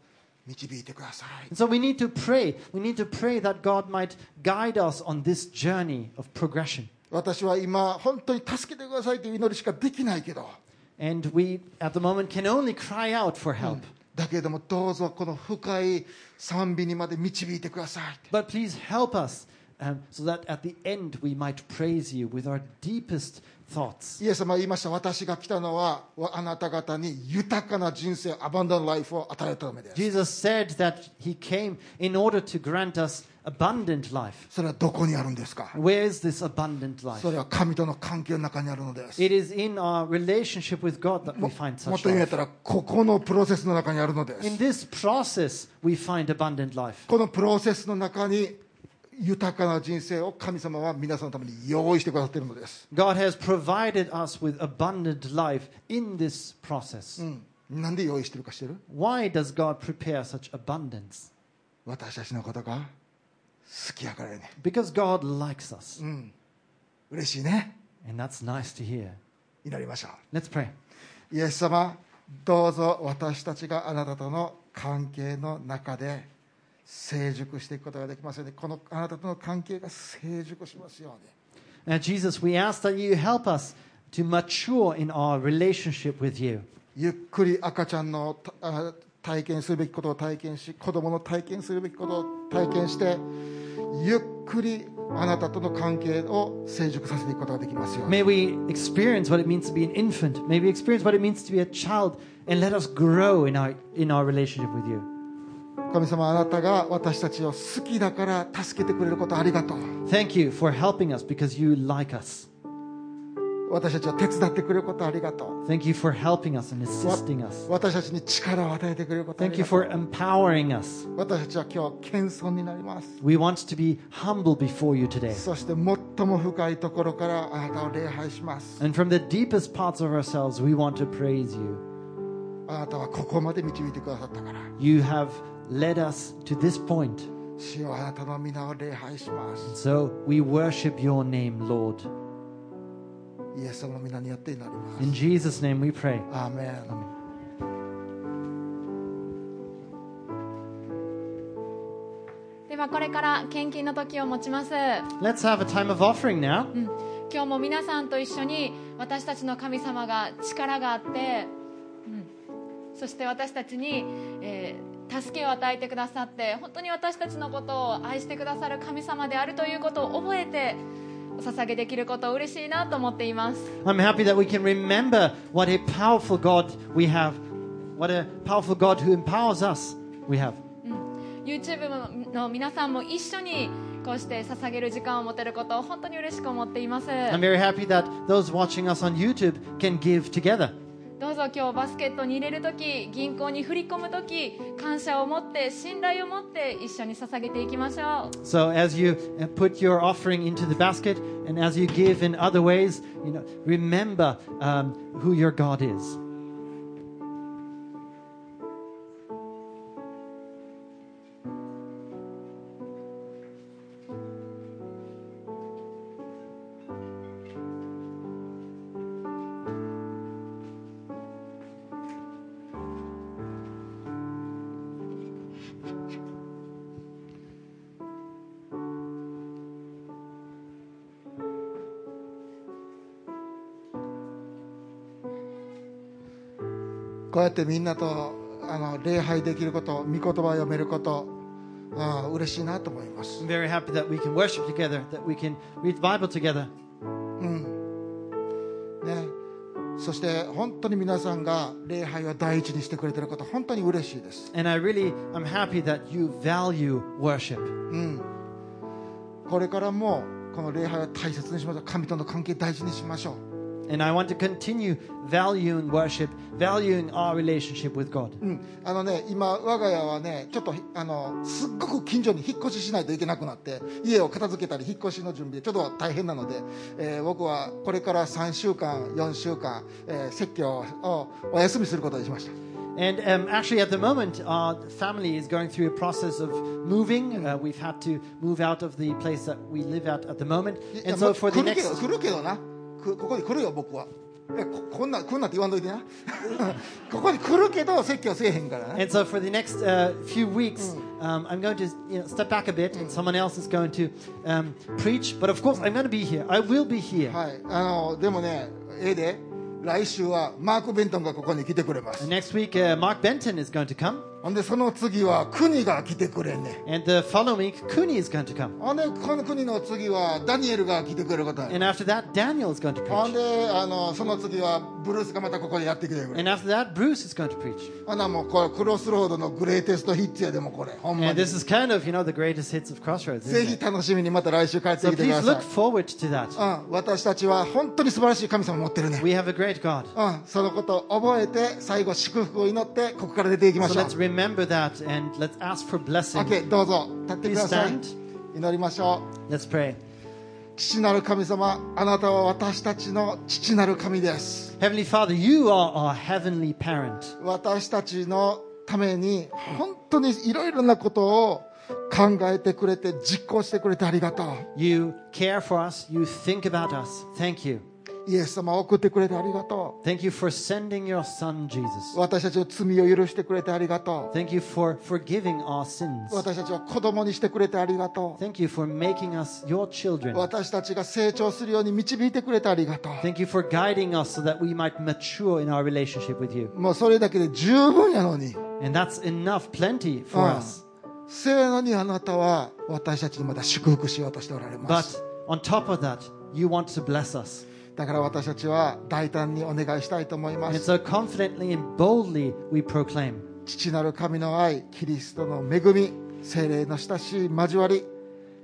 S1: 導いてください
S2: And so we need to pray. We need to pray that God might guide us on this journey of progression.
S1: 私は今本当に助けてくださいという祈りしかできないけど
S2: And we, at the moment, can only cry out for help.
S1: だけれどもどうぞこの深い賛美にまで導いてください
S2: But please help us um, so that at the end we might praise you with our deepest thoughts.
S1: イエス様は言いました私が来たのはわあなた方に豊かな人生アバンダンライフを与えるためです
S2: Jesus said that he came in order to grant us abundant life.
S1: それはどこにあるんですか
S2: Where is this abundant life?
S1: それは神との関係の中にあるのです
S2: It is in our relationship with God that we find
S1: もっ
S2: such
S1: と言うんやっ
S2: life.
S1: たらここのプロセスの中にあるのです
S2: In this process, we find abundant life.
S1: このプロセスの中に豊かな人生を神様は皆さんのために用意してくださっているのです、
S2: God has provided us with abundant life in this process.
S1: うん、なんで用意してるかしてる
S2: Why does God prepare such abundance?
S1: 私たちのことが好きやからやね
S2: Because God likes us.
S1: 嬉しいね
S2: And that's nice to hear.
S1: 祈りましょう
S2: Let's pray.
S1: イエス様どうぞ私たちがあなたとの関係の中で成熟していくことができますようにこのあなたとの関係が成熟しますように
S2: Now, Uh, Jesus, we ask that you help us to mature in our relationship with you.
S1: ゆっくり赤ちゃんのたあ体験するべきことを体験し子供の体験するべきことを体験してゆっくりあなたとの関係を成熟させていくことができますように
S2: May we experience what it means to be an infant. May we experience what it means to be a child and let us grow in our, in our relationship with you.
S1: 神様あなたが私たちを好きだから助けてくれることありがとう
S2: Thank you for helping us because you like us.
S1: 私たちを手伝ってくれることありがとう
S2: Thank you for helping us and assisting us.
S1: 私たちに力を与えてくれることあり
S2: Thank you
S1: がとう
S2: for empowering us.
S1: 私たちは今日謙遜になります
S2: We want to be humble before you today.
S1: そして最も深いところからあなたを礼拝します
S2: And from the deepest parts of ourselves, we want to praise you.
S1: あなたはここまで導いてくださったから
S2: You have led us to this point.
S1: 主よあなたの皆を礼拝します
S2: So we worship your name, Lord.
S1: イエス様の皆によって祈ります
S2: In Jesus' name we pray.
S1: アーメン
S3: ではこれから献金の時を持ちます
S2: Let's have a time of offering now.
S3: 今日も皆さんと一緒に私たちの神様が力があって、うん、そして私たちに、えー助けを与えてくださって本当に私たちのことを愛してくださる神様であるということを覚えてお捧げできることを嬉しいなと思っています
S2: I'm happy that we can remember what a powerful God we have. What a powerful God who empowers us we have.
S3: YouTube の皆さんも一緒にこうして捧げる時間を持てることを本当に嬉しく思っています
S2: I'm very happy that those watching us on YouTube can give together.
S3: どうぞ今日バスケットに入れるとき銀行に振り込むとき感謝を持って信頼を持って一緒に捧げていきましょ
S2: So as you uh, put your offering into the basket and as you give in other ways, you know, remember um, who your God is.
S1: こうやってみんなとあの礼拝できること御言葉を読めることああ嬉しいなと思います
S2: I'm very happy that we can worship together, that we can read the Bible together.
S1: ね、そして本当に皆さんが礼拝を第一にしてくれてること本当に嬉しいです
S2: And I really am happy that you value worship.
S1: これからもこの礼拝を大切にしましょう神との関係大事にしましょ
S2: And I want to continue valuing worship, valuing our relationship with God.
S1: う、うん、あのね今我が家はねちょっとあのすっごく近所に引っ越ししないといけなくなって家を片付けたり引っ越しの準備でちょっと大変なので、えー僕はこれから3週間4週間、えー説教をお休みすることにしました
S2: And um, actually, at the moment, our family is going through a process of moving. Uh, we've had to move out of the place that we live at at the moment.
S1: いや
S2: And so, for
S1: 来
S2: the
S1: るけ
S2: next.
S1: ど来るけどなくここに来るよ僕はいやここんなこんなって言わんといてな ここに来るけど説教せえへんからな
S2: And so, for the next uh, few weeks, um, I'm going to you know, step back a bit, and someone else is going to um, preach. But of course, I'm going to be here. I will be here.
S1: はいあのでもねええで来週はマーク・ベントンがここに来てくれま
S2: And
S1: す
S2: next week, uh, Mark Benton is going to come.
S1: ほんでその次は国が来てくれんね
S2: And the following week, Cooney is going to come.
S1: ほんでこの国の次はダニエルが来てくれることになる
S2: And after that, Daniel is going to
S1: ほん
S2: preach.
S1: であのその次はブルースがまたここでやってきてくれる
S2: And after that, Bruce is going to preach.
S1: ほなもうこれクロスロードのグレーテストヒッツやでもこれほんま
S2: And
S1: に
S2: this is kind of, you know, the greatest hits of Crossroads.
S1: ぜ
S2: Isn't
S1: ひ
S2: it?
S1: 楽しみにまた来週帰って
S2: So
S1: きてく
S2: please
S1: ださい
S2: look forward to that.
S1: うん、私たちは本当に素晴らしい神様を持ってるね、
S2: We have a great God.
S1: うん、そのことを覚えて最後祝福を祈ってここから出ていきま
S2: So
S1: しょう
S2: let's remember that and let's ask for blessing.
S1: OK どうぞ立ってください
S2: Please
S1: 祈りましょう
S2: Let's pray.
S1: 父なる神様あなたは私たちの父なる神です
S2: Heavenly Father, you are our heavenly parent.
S1: 私たちのために本当にいろいろなことを考えてくれて実行してくれてありがと
S2: You care for us. You think about us. Thank you.
S1: うイエス様を送ってくれてありがと
S2: Thank you for sending your son,
S1: う
S2: Jesus.
S1: 私たちの罪を許してくれてありがと
S2: Thank you for forgiving our sins.
S1: う私たちを子供にしてくれてありがとう
S2: Thank you for making us your children.
S1: 私たちが成長するように導いてくれてありがと
S2: Thank you for guiding us so that we might mature in our relationship with you.
S1: うもうそれだけで十分やのに
S2: And that's enough, plenty for
S1: Ah.
S2: us.
S1: せやのにあなたは私たちにまた祝福しようとしておられま
S2: But
S1: す
S2: on top of that, you want to bless us.
S1: だから私たちは大胆にお願いしたいと思いま
S2: And
S1: す
S2: so confidently and boldly we proclaim
S1: 父なる神の愛キリストの恵み精霊の親しい交わり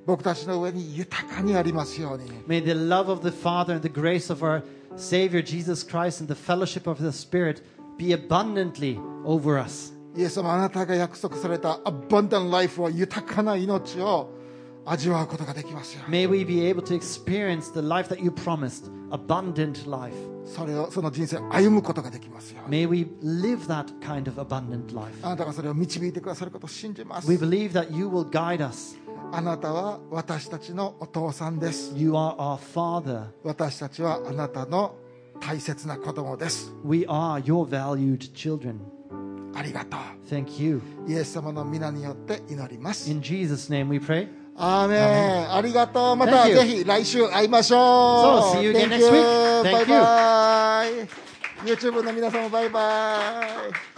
S1: 僕たちの上に豊かにありますように
S2: May the love of the Father and the grace of our Savior Jesus Christ and the fellowship of the Spirit be abundantly over us.
S1: イエス様あなたが約束されたアバンダンライフは豊かな命を味わうことができますように
S2: May we be able to experience the life that you promised, abundant life.
S1: それをその人生を歩むことができますように
S2: May we live that kind of abundant life.
S1: あなたがそれを導いてくださることを信じます
S2: We believe that you will guide us.
S1: あなたは私たちのお父さんです
S2: You are our Father.
S1: 私たちはあなたの大切な子供です
S2: We are your valued children.
S1: ありがと
S2: Thank you.
S1: うイエス様の皆によって祈ります
S2: In Jesus' name we pray.
S1: アーメンありがとうまた
S2: Thank you.
S1: ぜひ来週会いましょう
S2: So, see you
S1: Thank
S2: again next week. Thank
S1: you. バイバイ YouTube の皆さんもバイバイ